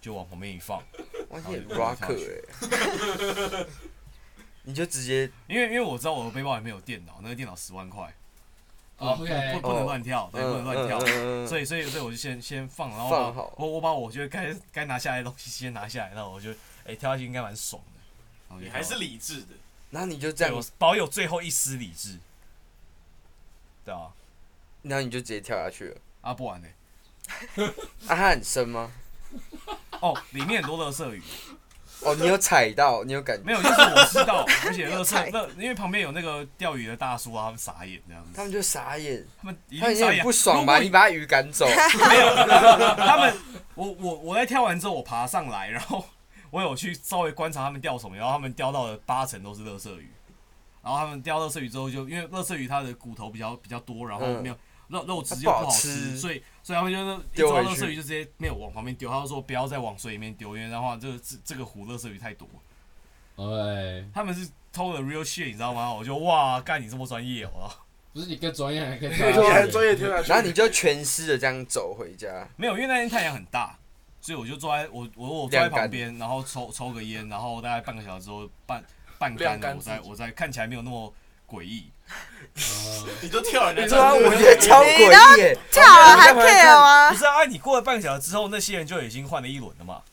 Speaker 1: 就往旁边一放，
Speaker 2: 哇，你很 rocker 哎、 你就直接
Speaker 1: 因为因为我知道我的背包里面有电脑，那个电脑十万块，
Speaker 6: 哦
Speaker 1: 啊，不
Speaker 3: 哦 OK，
Speaker 1: 不不能乱跳，对，不能乱跳。
Speaker 2: 哦嗯嗯嗯
Speaker 1: 所以，所以，所以我就先先放，然后
Speaker 2: 放
Speaker 1: 把
Speaker 2: 好
Speaker 1: 我我把我觉得该该拿下来的东西先拿下来，然后我就哎、跳下去应该蛮爽的。然后我就
Speaker 6: 你还是
Speaker 1: 跳了
Speaker 6: 理智的，
Speaker 2: 然后你就这
Speaker 1: 对
Speaker 2: 样
Speaker 1: 我，保有最后一丝理智，对啊，
Speaker 2: 然后你就直接跳下去了。
Speaker 1: 啊不玩呢、
Speaker 2: 啊，它很深吗？
Speaker 1: 哦，里面很多垃圾鱼，
Speaker 2: 哦，你有踩到，你有感觉，
Speaker 1: 没有，就是我知 道，而且垃
Speaker 5: 菜
Speaker 1: 圾那因为旁边有那个钓鱼的大叔啊，他们傻眼这样
Speaker 2: 他
Speaker 1: 子，
Speaker 2: 们就傻眼，
Speaker 1: 他们一
Speaker 2: 他们
Speaker 1: 定
Speaker 2: 也
Speaker 1: 傻
Speaker 2: 很
Speaker 1: 眼，
Speaker 2: 不爽吧？
Speaker 1: 如果
Speaker 2: 你把鱼赶 走，
Speaker 1: 他们，我我我在跳完之后，我爬上来，然后我有去稍微观察他们钓什么，然后他们钓到的八成都是乐色鱼，然后他们钓乐色鱼之后就，因为乐色鱼它的骨头比较比较多，然后没有、肉肉质又
Speaker 2: 嗯它不好
Speaker 1: 不好
Speaker 2: 吃
Speaker 1: 吃，所以所以他们就是一
Speaker 2: 丢
Speaker 1: 抓
Speaker 2: 回
Speaker 1: 乐色
Speaker 2: 去
Speaker 1: 鱼就直接没有往旁边丢，他就说不要再往水里面丢，因为的话这个这这个湖乐色鱼太多了，
Speaker 3: 哎，
Speaker 1: 他们是偷了 real shit，你知道吗？我就哇，干你这么专业哦。
Speaker 3: 不是你跟专业人跟
Speaker 4: 对，你还专业跳下去，
Speaker 2: 然后你就全湿的这样走回家，
Speaker 1: 没有，因为那天太阳很大，所以我就坐在我我我坐在旁边，然后抽抽个烟，然后大概半个小时之后半半
Speaker 4: 晾
Speaker 1: 干了，
Speaker 4: 干
Speaker 1: 我
Speaker 4: 自己
Speaker 1: 再我再看起来没有那么诡异。
Speaker 3: 哦
Speaker 6: 你都跳人
Speaker 2: 对啊，
Speaker 6: 家，
Speaker 2: 我觉得超诡异耶，
Speaker 5: 跳了还
Speaker 2: 你干嘛
Speaker 5: care
Speaker 1: 不
Speaker 5: 吗？
Speaker 1: 是啊，你过了半个小时之后，那些人就已经换了一轮了嘛，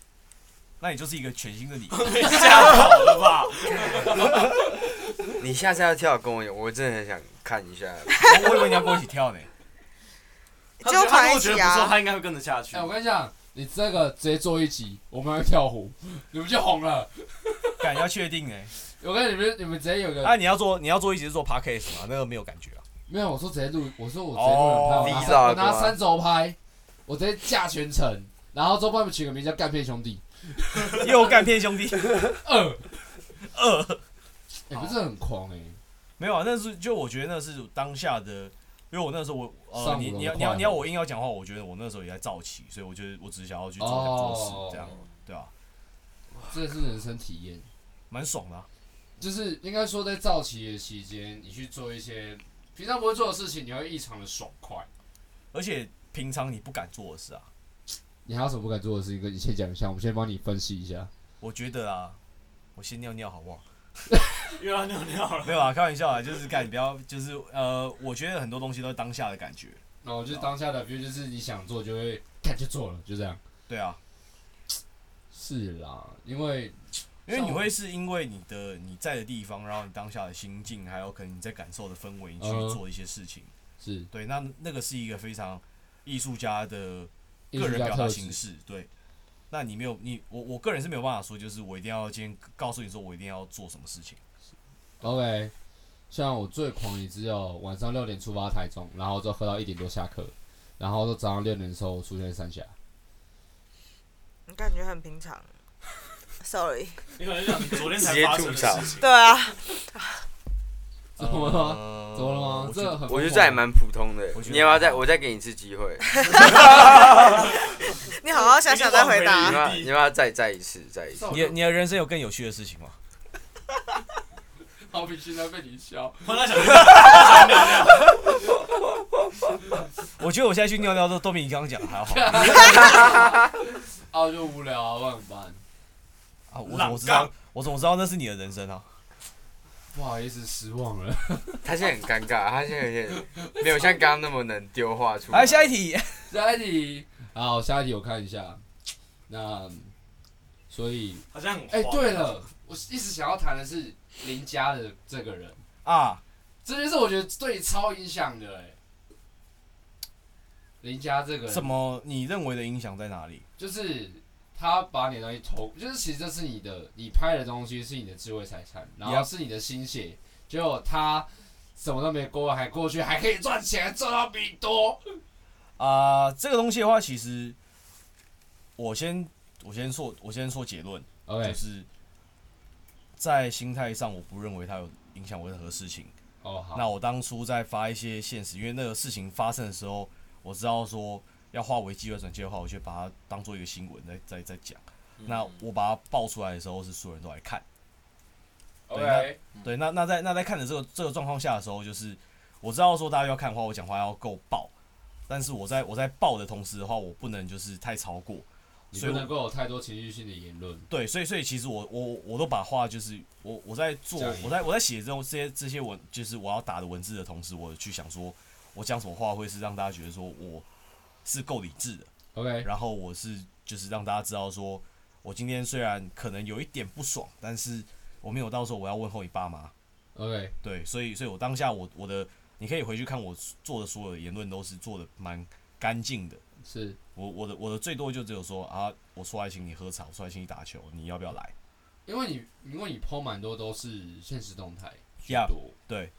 Speaker 1: 那你就是一个全新的你。
Speaker 6: 被吓跑了吧？
Speaker 2: 你下次要跳跟我有，我真的很想看一下。
Speaker 1: 我我以为你要跟我一起跳呢，
Speaker 5: 就
Speaker 6: 他
Speaker 5: 团
Speaker 6: 如
Speaker 5: 一
Speaker 6: 果觉得
Speaker 5: 起
Speaker 6: 不错，
Speaker 5: 啊，
Speaker 6: 他应该会跟着下去
Speaker 3: 哎，。我跟你讲，你这个直接做一集，我们要跳湖， 你们就红了。
Speaker 1: 感要确定呢。
Speaker 3: 我跟你们，你们直接有个
Speaker 1: 啊，你要做你要做一直做 podcast 嘛，那个没有感觉啊。
Speaker 3: 没有，我说直接录，我说我直接录影拍，
Speaker 2: 哦
Speaker 3: 我拿我拿
Speaker 2: Visa
Speaker 3: 三轴拍，我直接架全程，然后之后帮你们取个名叫“干片兄弟
Speaker 1: 又干骗兄弟，
Speaker 3: 二”，哎，不是很狂哎，
Speaker 1: 没有啊，那是就我觉得那是当下的。因为我那时候我呃
Speaker 3: 上
Speaker 1: 你
Speaker 3: 午
Speaker 1: 你要
Speaker 3: 的
Speaker 1: 你要
Speaker 3: 快
Speaker 1: 你要
Speaker 3: 活
Speaker 1: 我硬要讲话，我觉得我那时候也在躁起，所以我觉得我只是想要去做想做
Speaker 3: 哦
Speaker 1: 事这样，对啊，
Speaker 3: 这是人生体验。
Speaker 1: 蛮爽的啊、
Speaker 3: 就是应该说，在造旗的期间，你去做一些平常不会做的事情，你会异常的爽快。
Speaker 1: 而且平常你不敢做的事啊，
Speaker 3: 你还有什么不敢做的事情？跟你先讲一下，我们先帮你分析一下。
Speaker 1: 我觉得啊，我先尿尿好不好？
Speaker 6: 又要尿尿了，
Speaker 1: 没有啊，开玩笑啊，就是干，你不要，就是呃，我觉得很多东西都是当下的感觉，
Speaker 3: 那我就当下的 view 就是你想做就会干就做了，就这样。
Speaker 1: 对啊，
Speaker 3: 是啦，因为
Speaker 1: 因为你会是因为你的你在的地方，然后你当下的心境，还有可能你在感受的氛围，你去
Speaker 3: 嗯
Speaker 1: 做一些事情，
Speaker 3: 是
Speaker 1: 对，那那个是一个非常艺术家的
Speaker 3: 艺
Speaker 1: 个
Speaker 3: 术
Speaker 1: 人
Speaker 3: 家
Speaker 1: 表达
Speaker 3: 特
Speaker 1: 形
Speaker 3: 质，
Speaker 1: 式，对。那你没有你我我个人是没有办法说，就是我一定要今天告诉你说我一定要做什么事情。
Speaker 3: OK，像我最狂也只有晚上六点出发台中，然后就喝到一点多下课，然后就早上六点的时候出现在三峡。
Speaker 5: 感觉很平常。Sorry，
Speaker 6: 你可能想你昨天才发生的事情。
Speaker 5: 对啊，
Speaker 3: 怎么了？
Speaker 1: 嗯
Speaker 3: 怎么了吗？
Speaker 1: 我觉
Speaker 3: 这很疯狂
Speaker 2: 我觉得这还蛮普通的
Speaker 1: 我觉，得
Speaker 2: 你要不要再我再给你一次机 会？
Speaker 5: 你好好想想再回
Speaker 2: 你要
Speaker 5: 答
Speaker 2: 不。
Speaker 6: 啊
Speaker 2: 要你要不要再再一次再一次？
Speaker 1: 你的你的人生有更有趣的事情吗？
Speaker 3: 好比现在被你笑，
Speaker 6: 我在想，
Speaker 1: 我觉得我现在去尿尿都都比你刚刚讲的还要好
Speaker 3: 啊就无聊啊，不然怎么办？
Speaker 1: 啊！我怎么知道？我怎么知道那是你的人生啊？
Speaker 3: 不好意思，失望了。
Speaker 2: 他现在很尴尬，他现在有点没有像刚刚那么能丢话出来。
Speaker 1: 来下一题，
Speaker 3: 下一题，好，下一题我看一下。那所以，
Speaker 6: 好像很
Speaker 3: 哎、
Speaker 6: 慌
Speaker 3: 对，了，我一直想要谈的是林家的这个人，
Speaker 1: 啊，
Speaker 3: 这件事我觉得对你超影响的哎、林家这个人
Speaker 1: 什么？你认为的影响在哪里？
Speaker 3: 就是他把你的东西投，就是其实这是你的，你拍的东西是你的智慧财产，然后
Speaker 1: Yup
Speaker 3: 是你的心血，结果他什么都没过，还过去还可以赚钱，赚到比你多。
Speaker 1: 啊、这个东西的话，其实我先我先说，我先说结论，就
Speaker 3: OK，
Speaker 1: 是在心态上，我不认为它有影响我任何事情。
Speaker 3: 哦好，
Speaker 1: 那我当初在发一些现实，因为那个事情发生的时候，我知道说要化为机会转接的话，我就把它当做一个新闻在在在讲。
Speaker 6: 嗯
Speaker 1: 那我把它爆出来的时候，是所有人都来看。
Speaker 3: OK，
Speaker 1: 对，那那在那在看的这个这个状况下的时候，就是我知道说大家要看的话，我讲话要够爆，但是我在我在爆的同时的话，我不能就是太超过，
Speaker 3: 你
Speaker 1: 所
Speaker 3: 不
Speaker 1: 以我
Speaker 3: 能够有太多情绪性的言论。
Speaker 1: 对，所以所以其实我我我都把话就是我我在做
Speaker 3: 讲一
Speaker 1: 我在我在写这种这些这些文就是我要打的文字的同时，我去想说我讲什么话会是让大家觉得说我是够理智的，
Speaker 3: OK，
Speaker 1: 然后我是就是让大家知道说我今天虽然可能有一点不爽，但是我没有到说我要问候你爸妈，
Speaker 3: OK，
Speaker 1: 对，所以所以我当下我我的你可以回去看我做的所有的言论都是做的蛮干净的，
Speaker 3: 是
Speaker 1: 我我的我的最多就只有说啊，我出来请你喝茶，我出来请你打球，你要不要来？
Speaker 3: 因为你因为你 PO 蛮多都是现实动态居
Speaker 1: Yeah
Speaker 3: 多，
Speaker 1: 对，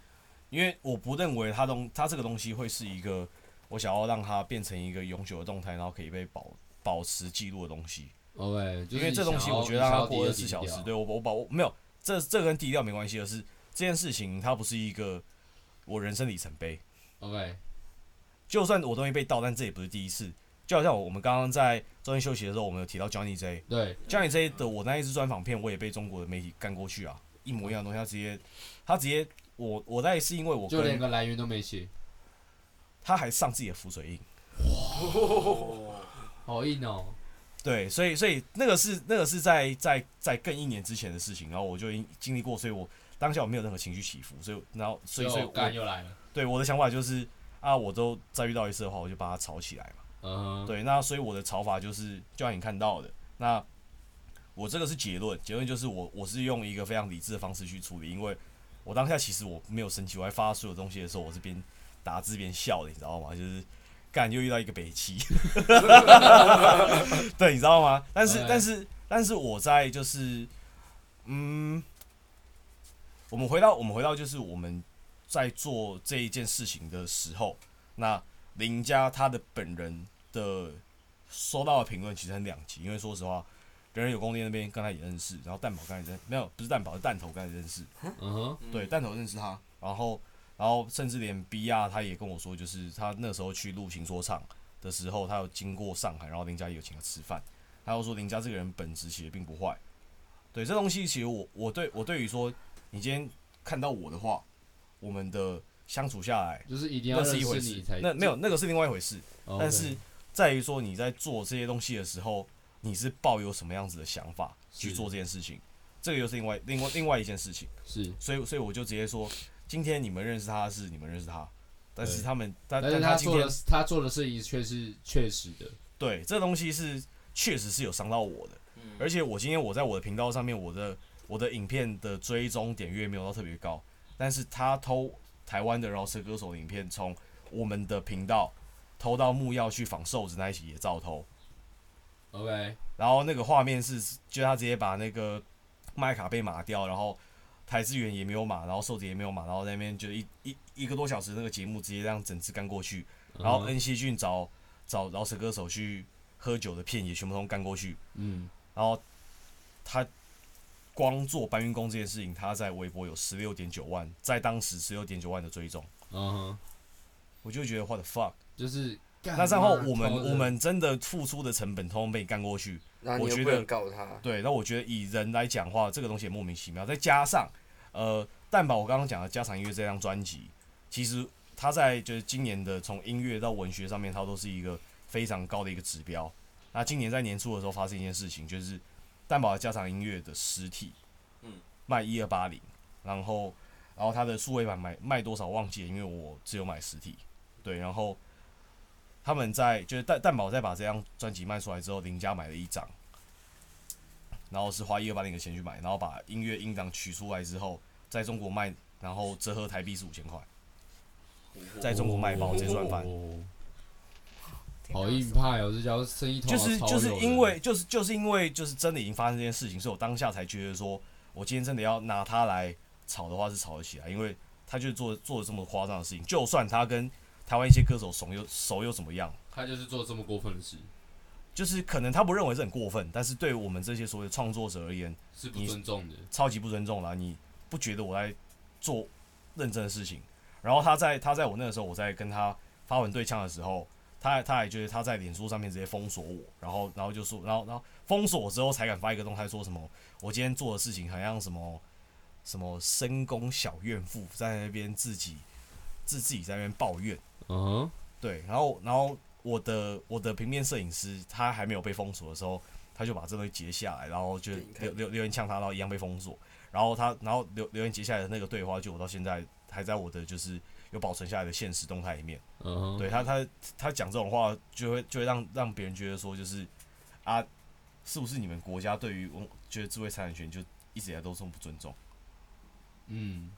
Speaker 1: 因为我不认为它东它这个东西会是一个我想要让它变成一个永久的动态，然后可以被保保持记录的东西。
Speaker 3: OK，就是
Speaker 1: 因为这
Speaker 3: 你
Speaker 1: 东西
Speaker 3: 想要
Speaker 1: 我觉得让
Speaker 3: 你想
Speaker 1: 它
Speaker 3: 要低
Speaker 1: 过
Speaker 3: 就
Speaker 1: 二十
Speaker 3: 低
Speaker 1: 四小时
Speaker 3: 调，
Speaker 1: 对我我把我没有这这跟低调没关系，而是这件事情它不是一个我人生里程碑。
Speaker 3: OK，
Speaker 1: 就算我东西被盗，但这也不是第一次。就好像我们刚刚在中间休息的时候，我们有提到 Johnny J。
Speaker 3: 对
Speaker 1: Johnny J 的我那一支专访片，我也被中国的媒体干过去啊，一模一样的东西，他直接，他直接，我我那是因为我
Speaker 3: 就连
Speaker 1: 跟
Speaker 3: 个来源都没写，
Speaker 1: 他还上自己的浮水印，
Speaker 3: 好硬哦。
Speaker 1: 对，所以所以那个是那个是在在在更一年之前的事情，然后我就已经经历过，所以我当下我没有任何情绪起伏，所以然后所以所以
Speaker 3: 就干
Speaker 1: 我
Speaker 3: 又来了，
Speaker 1: 对我的想法就是啊，我都再遇到一次的话，我就把它吵起来嘛。
Speaker 3: 嗯哼，
Speaker 1: 对，那所以我的炒法就是，就像你看到的，那我这个是结论，结论就是我我是用一个非常理智的方式去处理，因为我当下其实我没有生气，我在发所有东西的时候，我是边打字边笑的，你知道吗？就是干又遇到一个北七， 对，你知道吗？但是
Speaker 3: 哎
Speaker 1: 但是但是我在就是，嗯，我们回到我们回到就是我们在做这一件事情的时候，那林家他的本人的收到的评论其实很两极，因为说实话，人人有宫殿那边刚才也认识，然后蛋宝刚才也认没有不是蛋宝是蛋头刚才认识，
Speaker 3: 嗯哼，
Speaker 1: 对，弹头认识他，然后然后甚至连 B R 他也跟我说，就是他那时候去录情说唱的时候，他有经过上海，然后林家也有请他吃饭，他又说林家这个人本质其实并不坏，对这东西其实我我对我对于说你今天看到我的话，我们的相处下来
Speaker 3: 就是一定要
Speaker 1: 那
Speaker 3: 认
Speaker 1: 是一
Speaker 3: 识
Speaker 1: 回
Speaker 3: 你
Speaker 1: 事
Speaker 3: 才，
Speaker 1: 那没有那个是另外一回事，
Speaker 3: 哦，
Speaker 1: 但是在于说你在做这些东西的时候，你是抱有什么样子的想法去
Speaker 3: 是
Speaker 1: 做这件事情，这个又是另外另外另外一件事情。
Speaker 3: 是，
Speaker 1: 所以所以我就直接说，今天你们认识他是你们认识他，但是
Speaker 3: 对
Speaker 1: 他们但
Speaker 3: 但是
Speaker 1: 但
Speaker 3: 他
Speaker 1: 今
Speaker 3: 做
Speaker 1: 天
Speaker 3: 的他做的事情确是确实的，
Speaker 1: 对这东西是确实是有伤到我的，而且我今天我在我的频道上面，我的我的影片的追踪点阅没有到特别高，但是他偷台湾的饶舌歌手的影片，从我们的频道偷到木曜去仿瘦子那一期也照偷，
Speaker 3: ，OK，嗯
Speaker 1: 然后那个画面是，就他直接把那个麦卡被码掉，然后台资源也没有码，然后瘦子也没有码，然后在那边就一一一个多小时那个节目直接让整支干过去，然后
Speaker 3: 嗯
Speaker 1: N 西俊找找饶舌歌手去喝酒的片也全部都干过去，
Speaker 3: 嗯，
Speaker 1: 然后他光做搬运工这件事情，他在微博有十六点九万，在当时十六点九万的追踪，
Speaker 3: 嗯哼，
Speaker 1: 我就觉得 what the fuck。
Speaker 3: 就是干
Speaker 1: 那然后我
Speaker 3: 妈
Speaker 1: 们
Speaker 3: 的
Speaker 1: 我们真的付出的成本通通被你干过去，
Speaker 2: 然后你
Speaker 1: 我
Speaker 2: 又
Speaker 1: 觉
Speaker 2: 不
Speaker 1: 得
Speaker 2: 能告他，
Speaker 1: 对，那我觉得以人来讲话，这个东西也莫名其妙。再加上，呃，蛋宝我刚刚讲的《家常音乐》这张专辑，其实它在就是今年的从音乐到文学上面，它都是一个非常高的一个指标。那今年在年初的时候发生一件事情，就是蛋宝的《家常音乐》的实体，
Speaker 6: 嗯
Speaker 1: 卖一二八零，然后然后它的数位版买卖多少忘记了，因为我只有买实体，对，然后。他们在就是蛋蛋宝在把这张专辑卖出来之后，林家买了一张，然后是花一二八零的钱去买，然后把音乐音档取出来之后，在中国卖，然后折合台币是五千块，在中国卖包直接赚翻。
Speaker 3: 哦
Speaker 5: 听到
Speaker 3: 好
Speaker 5: 了
Speaker 3: 硬
Speaker 5: 什么
Speaker 3: 派哦，这条生意头
Speaker 1: 就
Speaker 3: 脑
Speaker 1: 是
Speaker 3: 超
Speaker 1: 就是
Speaker 3: 有的
Speaker 1: 因为就是就是因为就是真的已经发生这件事情，所以我当下才觉得说，我今天真的要拿它来炒的话是炒得起来，因为他就是做做了这么夸张的事情，就算他跟台湾一些歌手怂又熟又怎么样，
Speaker 3: 他就是做这么过分的事，
Speaker 1: 就是可能他不认为是很过分，但是对我们这些所谓的创作者而言，
Speaker 3: 是不
Speaker 1: 你
Speaker 3: 尊重的。
Speaker 1: 超级不尊重啦！你不觉得我在做认真的事情？然后他在他在我那个时候，我在跟他发文对呛的时候，他他还觉得他在脸书上面直接封锁我，然后然后就说，然后然后封锁我之后才敢发一个动态说什么我今天做的事情好像什么什么深宫小怨妇在那边自己自自己在那边抱怨，
Speaker 3: 嗯哼，
Speaker 1: 对，然后然后我的我的平面摄影师他还没有被封锁的时候，他就把这东西截下来，然后就
Speaker 2: 对你看
Speaker 1: 留留留言呛他，然后一样被封锁。然后他然后留留言截下来的那个对话，就我到现在还在我的就是有保存下来的现实动态里面。
Speaker 3: 嗯哼，
Speaker 1: 对他他他讲这种话，就会就会让让别人觉得说就是啊，是不是你们国家对于我觉得智慧财产权就一直以来都这么不尊重？
Speaker 3: 嗯，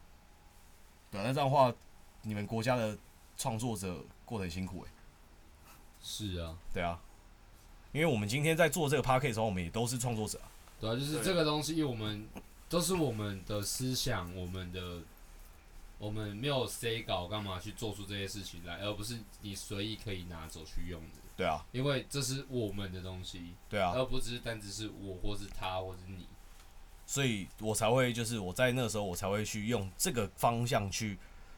Speaker 1: 对啊，那这样的话，你们国家的创作者过得很辛苦诶、欸
Speaker 3: 是啊，
Speaker 1: 对啊，因为我们今天在做这个 p a c k a g e 的时候，我们也都是创作者啊，
Speaker 3: 对啊，就是
Speaker 6: 对
Speaker 3: 这个东西，我们都是我们的思想，我们的我们没有 say 稿干嘛去做出这些事情来，而不是你随意可以拿走去用的，
Speaker 1: 对啊，
Speaker 3: 因为这是我们的东西，
Speaker 1: 对啊，
Speaker 3: 而不只是单只是我或是他或是你。
Speaker 1: 所以我才会就是我在那时候我才会去用这个方向去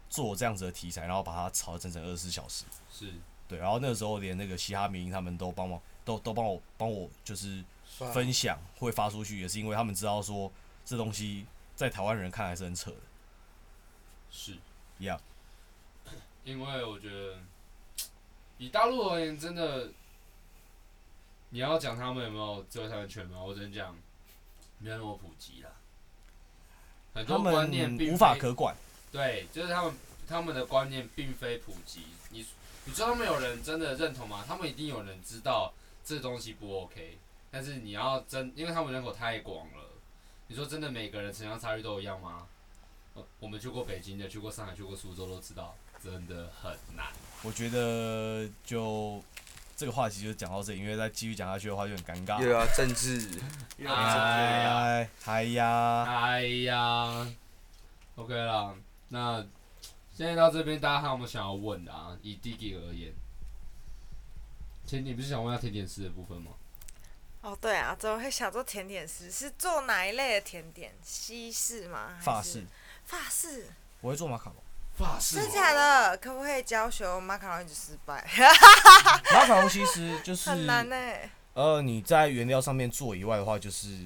Speaker 1: 做这样子的题材，然后把它炒了整整二十四小时。
Speaker 3: 是，
Speaker 1: 对，然后那个时候连那个嘻哈迷他们都帮忙，都都帮我帮我就是
Speaker 2: 算了
Speaker 1: 分享会发出去，也是因为他们知道说这东西在台湾人看来是很扯的。
Speaker 3: 是
Speaker 1: Yeah
Speaker 3: 因为我觉得以大陆而言，真的，你要讲他们有没有自由产权吗？我只能讲没有那么普及啦，很
Speaker 1: 他
Speaker 3: 多观
Speaker 1: 们
Speaker 3: 念并
Speaker 1: 无法
Speaker 3: 非
Speaker 1: 可管，
Speaker 3: 对，就是他们他们的观念并非普及。你你知道他们有人真的认同吗？他们一定有人知道这东西不 OK，但是你要真，因为他们人口太广了，你说真的每个人城乡差距都一样吗？呃我们去过北京的，去过上海，去过苏州都知道，真的很难。
Speaker 1: 我觉得就这个话题就讲到这里，因为再继续讲下去的话就很尴尬。
Speaker 2: 又要政治，
Speaker 6: 又
Speaker 3: 哎
Speaker 6: 来
Speaker 1: 哎嗨呀，
Speaker 3: 哎呀，OK 啦，那现在到这边，大家还有没有想要问的啊？以 d i g 而言，前你不是想问下甜点师的部分吗？
Speaker 5: 哦，对啊，怎么会想做甜点师？是做哪一类的甜点？西式吗？还
Speaker 1: 法
Speaker 5: 是
Speaker 1: 式，
Speaker 5: 法式，
Speaker 1: 我会做马卡龙，
Speaker 6: 法式
Speaker 5: 真假的？可不可以教学？我马卡龙一直失败，
Speaker 1: 马卡龙其实就是
Speaker 5: 很难呢、
Speaker 1: 呃，你在原料上面做以外的话，就是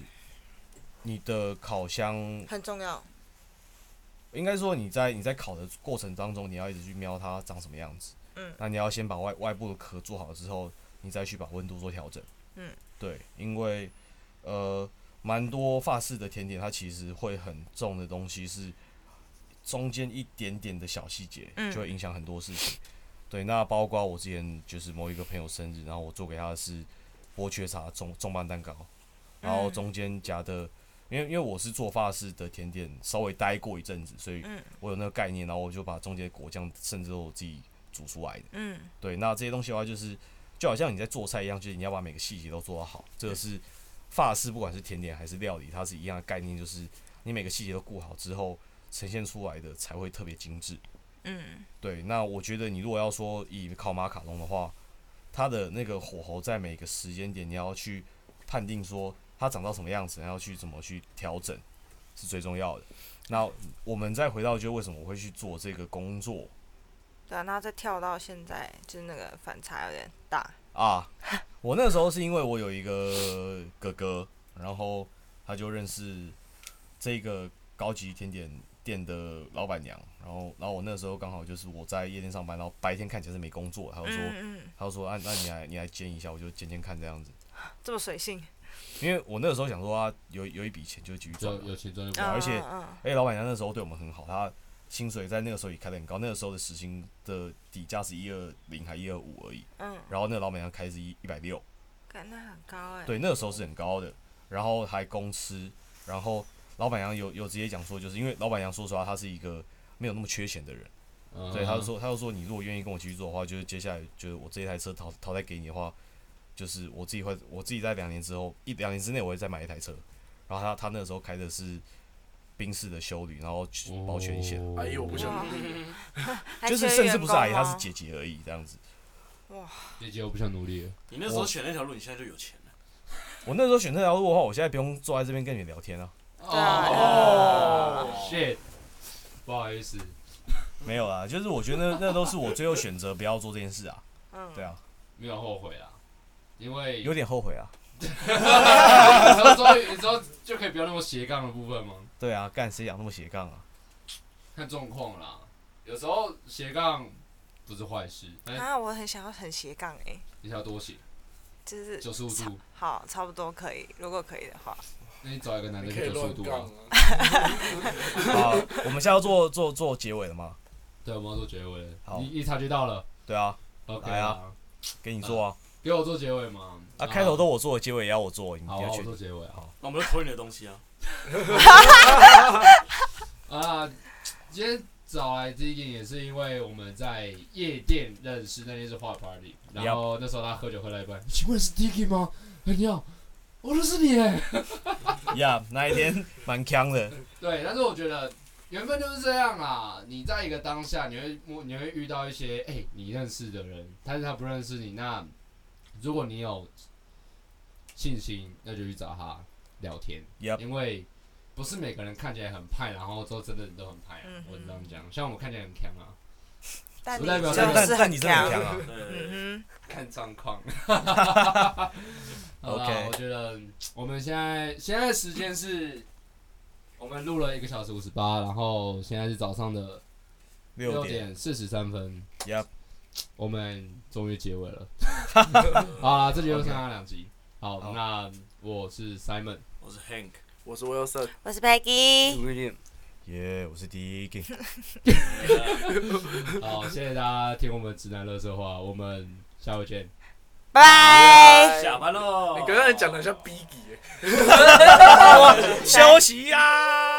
Speaker 1: 你的烤箱，
Speaker 5: 很重要。
Speaker 1: 应该说你在你在烤的过程当中，你要一直去瞄它长什么样子。
Speaker 5: 嗯
Speaker 1: 那你要先把外外部的壳做好之后，你再去把温度做调整。
Speaker 5: 嗯，
Speaker 1: 对，因为呃，蛮多法式的甜点，它其实会很重的东西是中间一点点的小细节，
Speaker 5: 嗯
Speaker 1: 就会影响很多事情。对，那包括我之前就是某一个朋友生日，然后我做给他的是波雀茶重重磅蛋糕，然后
Speaker 5: 嗯
Speaker 1: 中间夹的，因为因为我是做法式的甜点，稍微待过一阵子，所以
Speaker 5: 嗯
Speaker 1: 我有那个概念，然后我就把中间的果酱甚至都我自己煮出来的。
Speaker 5: 嗯，
Speaker 1: 对，那这些东西的话，就是就好像你在做菜一样，就是你要把每个细节都做到好。这个是法式，不管是甜点还是料理，它是一样的概念，就是你每个细节都顾好之后，呈现出来的才会特别精致。
Speaker 5: 嗯，
Speaker 1: 对，那我觉得你如果要说以烤马卡龙的话，它的那个火候在每个时间点你要去判定说它长到什么样子，然后去怎么去调整，是最重要的。那我们再回到，就为什么我会去做这个工作
Speaker 5: 对啊，然后再跳到现在，就是那个反差有点大。
Speaker 1: 啊？我那时候是因为我有一个哥哥，然后他就认识这个高级甜点店的老板娘，然后然后我那时候刚好就是我在夜店上班，然后白天看起来是没工作，他就说、
Speaker 5: 嗯嗯，
Speaker 1: 他就说啊，那你来你来煎一下，我就煎煎看这样子。
Speaker 5: 这么随性。
Speaker 1: 因为我那个时候想说啊，有有一笔钱就继续赚
Speaker 3: 有
Speaker 1: 嘛。
Speaker 3: 有钱赚就不
Speaker 1: 啊
Speaker 3: 好。
Speaker 1: 而且
Speaker 5: 嗯嗯
Speaker 1: 哎、老板娘那时候对我们很好，她薪水在那个时候也开得很高，那个时候的时薪的底价是一二零还一二五而已，
Speaker 5: 嗯，嗯
Speaker 1: 然后那个老板娘开是一一百六，
Speaker 5: 感那很高哎。
Speaker 1: 对，那个时候是很高的，然后还公吃，然后老板娘有有直接讲说，就是因为老板娘说实话，她是一个没有那么缺钱的人，
Speaker 3: 嗯
Speaker 1: 所以她就说，她就说你如果愿意跟我继续做的话，就是接下来就是我这一台车淘淘汰给你的话，就是我自己会我自己在两年之后一两年之内我会再买一台车，然后她她那个时候开的是宾士的修旅，然后保全险。
Speaker 3: 哦
Speaker 4: 阿
Speaker 6: 哎
Speaker 4: 姨我不想
Speaker 5: 哇
Speaker 4: 努力，
Speaker 5: 还
Speaker 1: 就是
Speaker 5: 缺
Speaker 1: 甚至
Speaker 5: 员
Speaker 1: 不是
Speaker 5: 工
Speaker 1: 阿姨，她
Speaker 5: 吗
Speaker 1: 是姐姐而已，这样子。
Speaker 3: 姐姐我不想努力了。
Speaker 6: 你那时候选那条路，你现在就有钱了。
Speaker 1: 我那时候选这条路的话，我现在不用坐在这边跟你们聊天啊。
Speaker 5: 对啊
Speaker 3: 哦，shit，不好意思，
Speaker 1: 没有啊，就是我觉得那那都是我最后选择不要做这件事啊。
Speaker 5: 嗯，
Speaker 1: 对啊，
Speaker 3: 没有后悔啊，因为
Speaker 1: 有点后悔啊。
Speaker 3: 然后之后你知道就可以不要那么斜杠的部分吗？
Speaker 1: 对啊，干谁讲那么斜杠啊？
Speaker 3: 看状况啦，有时候斜杠不是坏事，但是
Speaker 5: 啊，我很想要很斜杠哎、
Speaker 3: 你想要多斜，
Speaker 5: 就是
Speaker 3: 九十五
Speaker 5: 差
Speaker 3: 度，
Speaker 5: 好，差不多可以，如果可以的话，
Speaker 3: 那你找一个男
Speaker 4: 你
Speaker 3: 的
Speaker 4: 可以
Speaker 3: 九十五
Speaker 4: 乱
Speaker 3: 度
Speaker 4: 杠
Speaker 3: 啊，
Speaker 4: 啊。
Speaker 1: 好，我们现在要做做做结尾了吗？
Speaker 3: 对，我们要做结尾了
Speaker 1: 好，
Speaker 3: 你你察觉到了
Speaker 1: 对啊，
Speaker 3: ，OK
Speaker 1: 来
Speaker 3: 啊
Speaker 1: 啊，给你做啊。
Speaker 3: 给我做结尾吗？
Speaker 1: 啊，开头都我做，结尾也要我做，你
Speaker 3: 好，
Speaker 1: 要
Speaker 3: 啊
Speaker 1: 去
Speaker 3: 我。做结尾啊。
Speaker 6: 那我们就偷你的东西啊！
Speaker 3: 啊，今天找来 d i g g 也是因为我们在夜店认识，那天是画 party，然后那时候他喝酒喝到一半，请问是 d i g g 吗？哎，你好，我认识你哎。
Speaker 1: 呀，那一天蛮强的。
Speaker 3: 对，但是我觉得缘分就是这样啦。你在一个当下，你会摸你会遇到一些哎、你认识的人，但是他不认识你。那如果你有信心，那就去找他聊天
Speaker 1: Yep
Speaker 3: 因为不是每个人看起来很派，然后都真的都很派、啊。
Speaker 5: 嗯哼
Speaker 3: 我只能讲，像我看起来很强啊。
Speaker 5: 但
Speaker 3: 不
Speaker 5: 你
Speaker 3: 代表
Speaker 5: 就
Speaker 3: 真的
Speaker 1: 但
Speaker 5: 是
Speaker 1: 但
Speaker 5: 很
Speaker 1: 你真的很强
Speaker 5: 强，
Speaker 1: 啊！
Speaker 6: 对，
Speaker 5: 嗯哼，
Speaker 3: 看状况。好
Speaker 1: OK
Speaker 3: 啦，我觉得嗯我们现在现在时间是，我们录了一个小时五十八，然后现在是早上的
Speaker 1: 六点
Speaker 3: 点四十三分。
Speaker 1: Yep
Speaker 3: 我们终于结 尾了。好啦，这集就剩下两集。好，
Speaker 1: 好
Speaker 3: 那我是 Simon，
Speaker 6: 我是 Hank，
Speaker 4: 我是 Wilson，
Speaker 5: 我是
Speaker 1: 哎嗯
Speaker 5: Peggy，
Speaker 2: William，
Speaker 1: 耶，我是第一个。
Speaker 3: 好，谢谢大家听我们直男乐色话，我们下回见。
Speaker 5: 拜拜。
Speaker 6: 下
Speaker 4: 哎
Speaker 6: 班喽。
Speaker 4: 你刚才讲的像 Biggie 欸。
Speaker 1: 休息呀、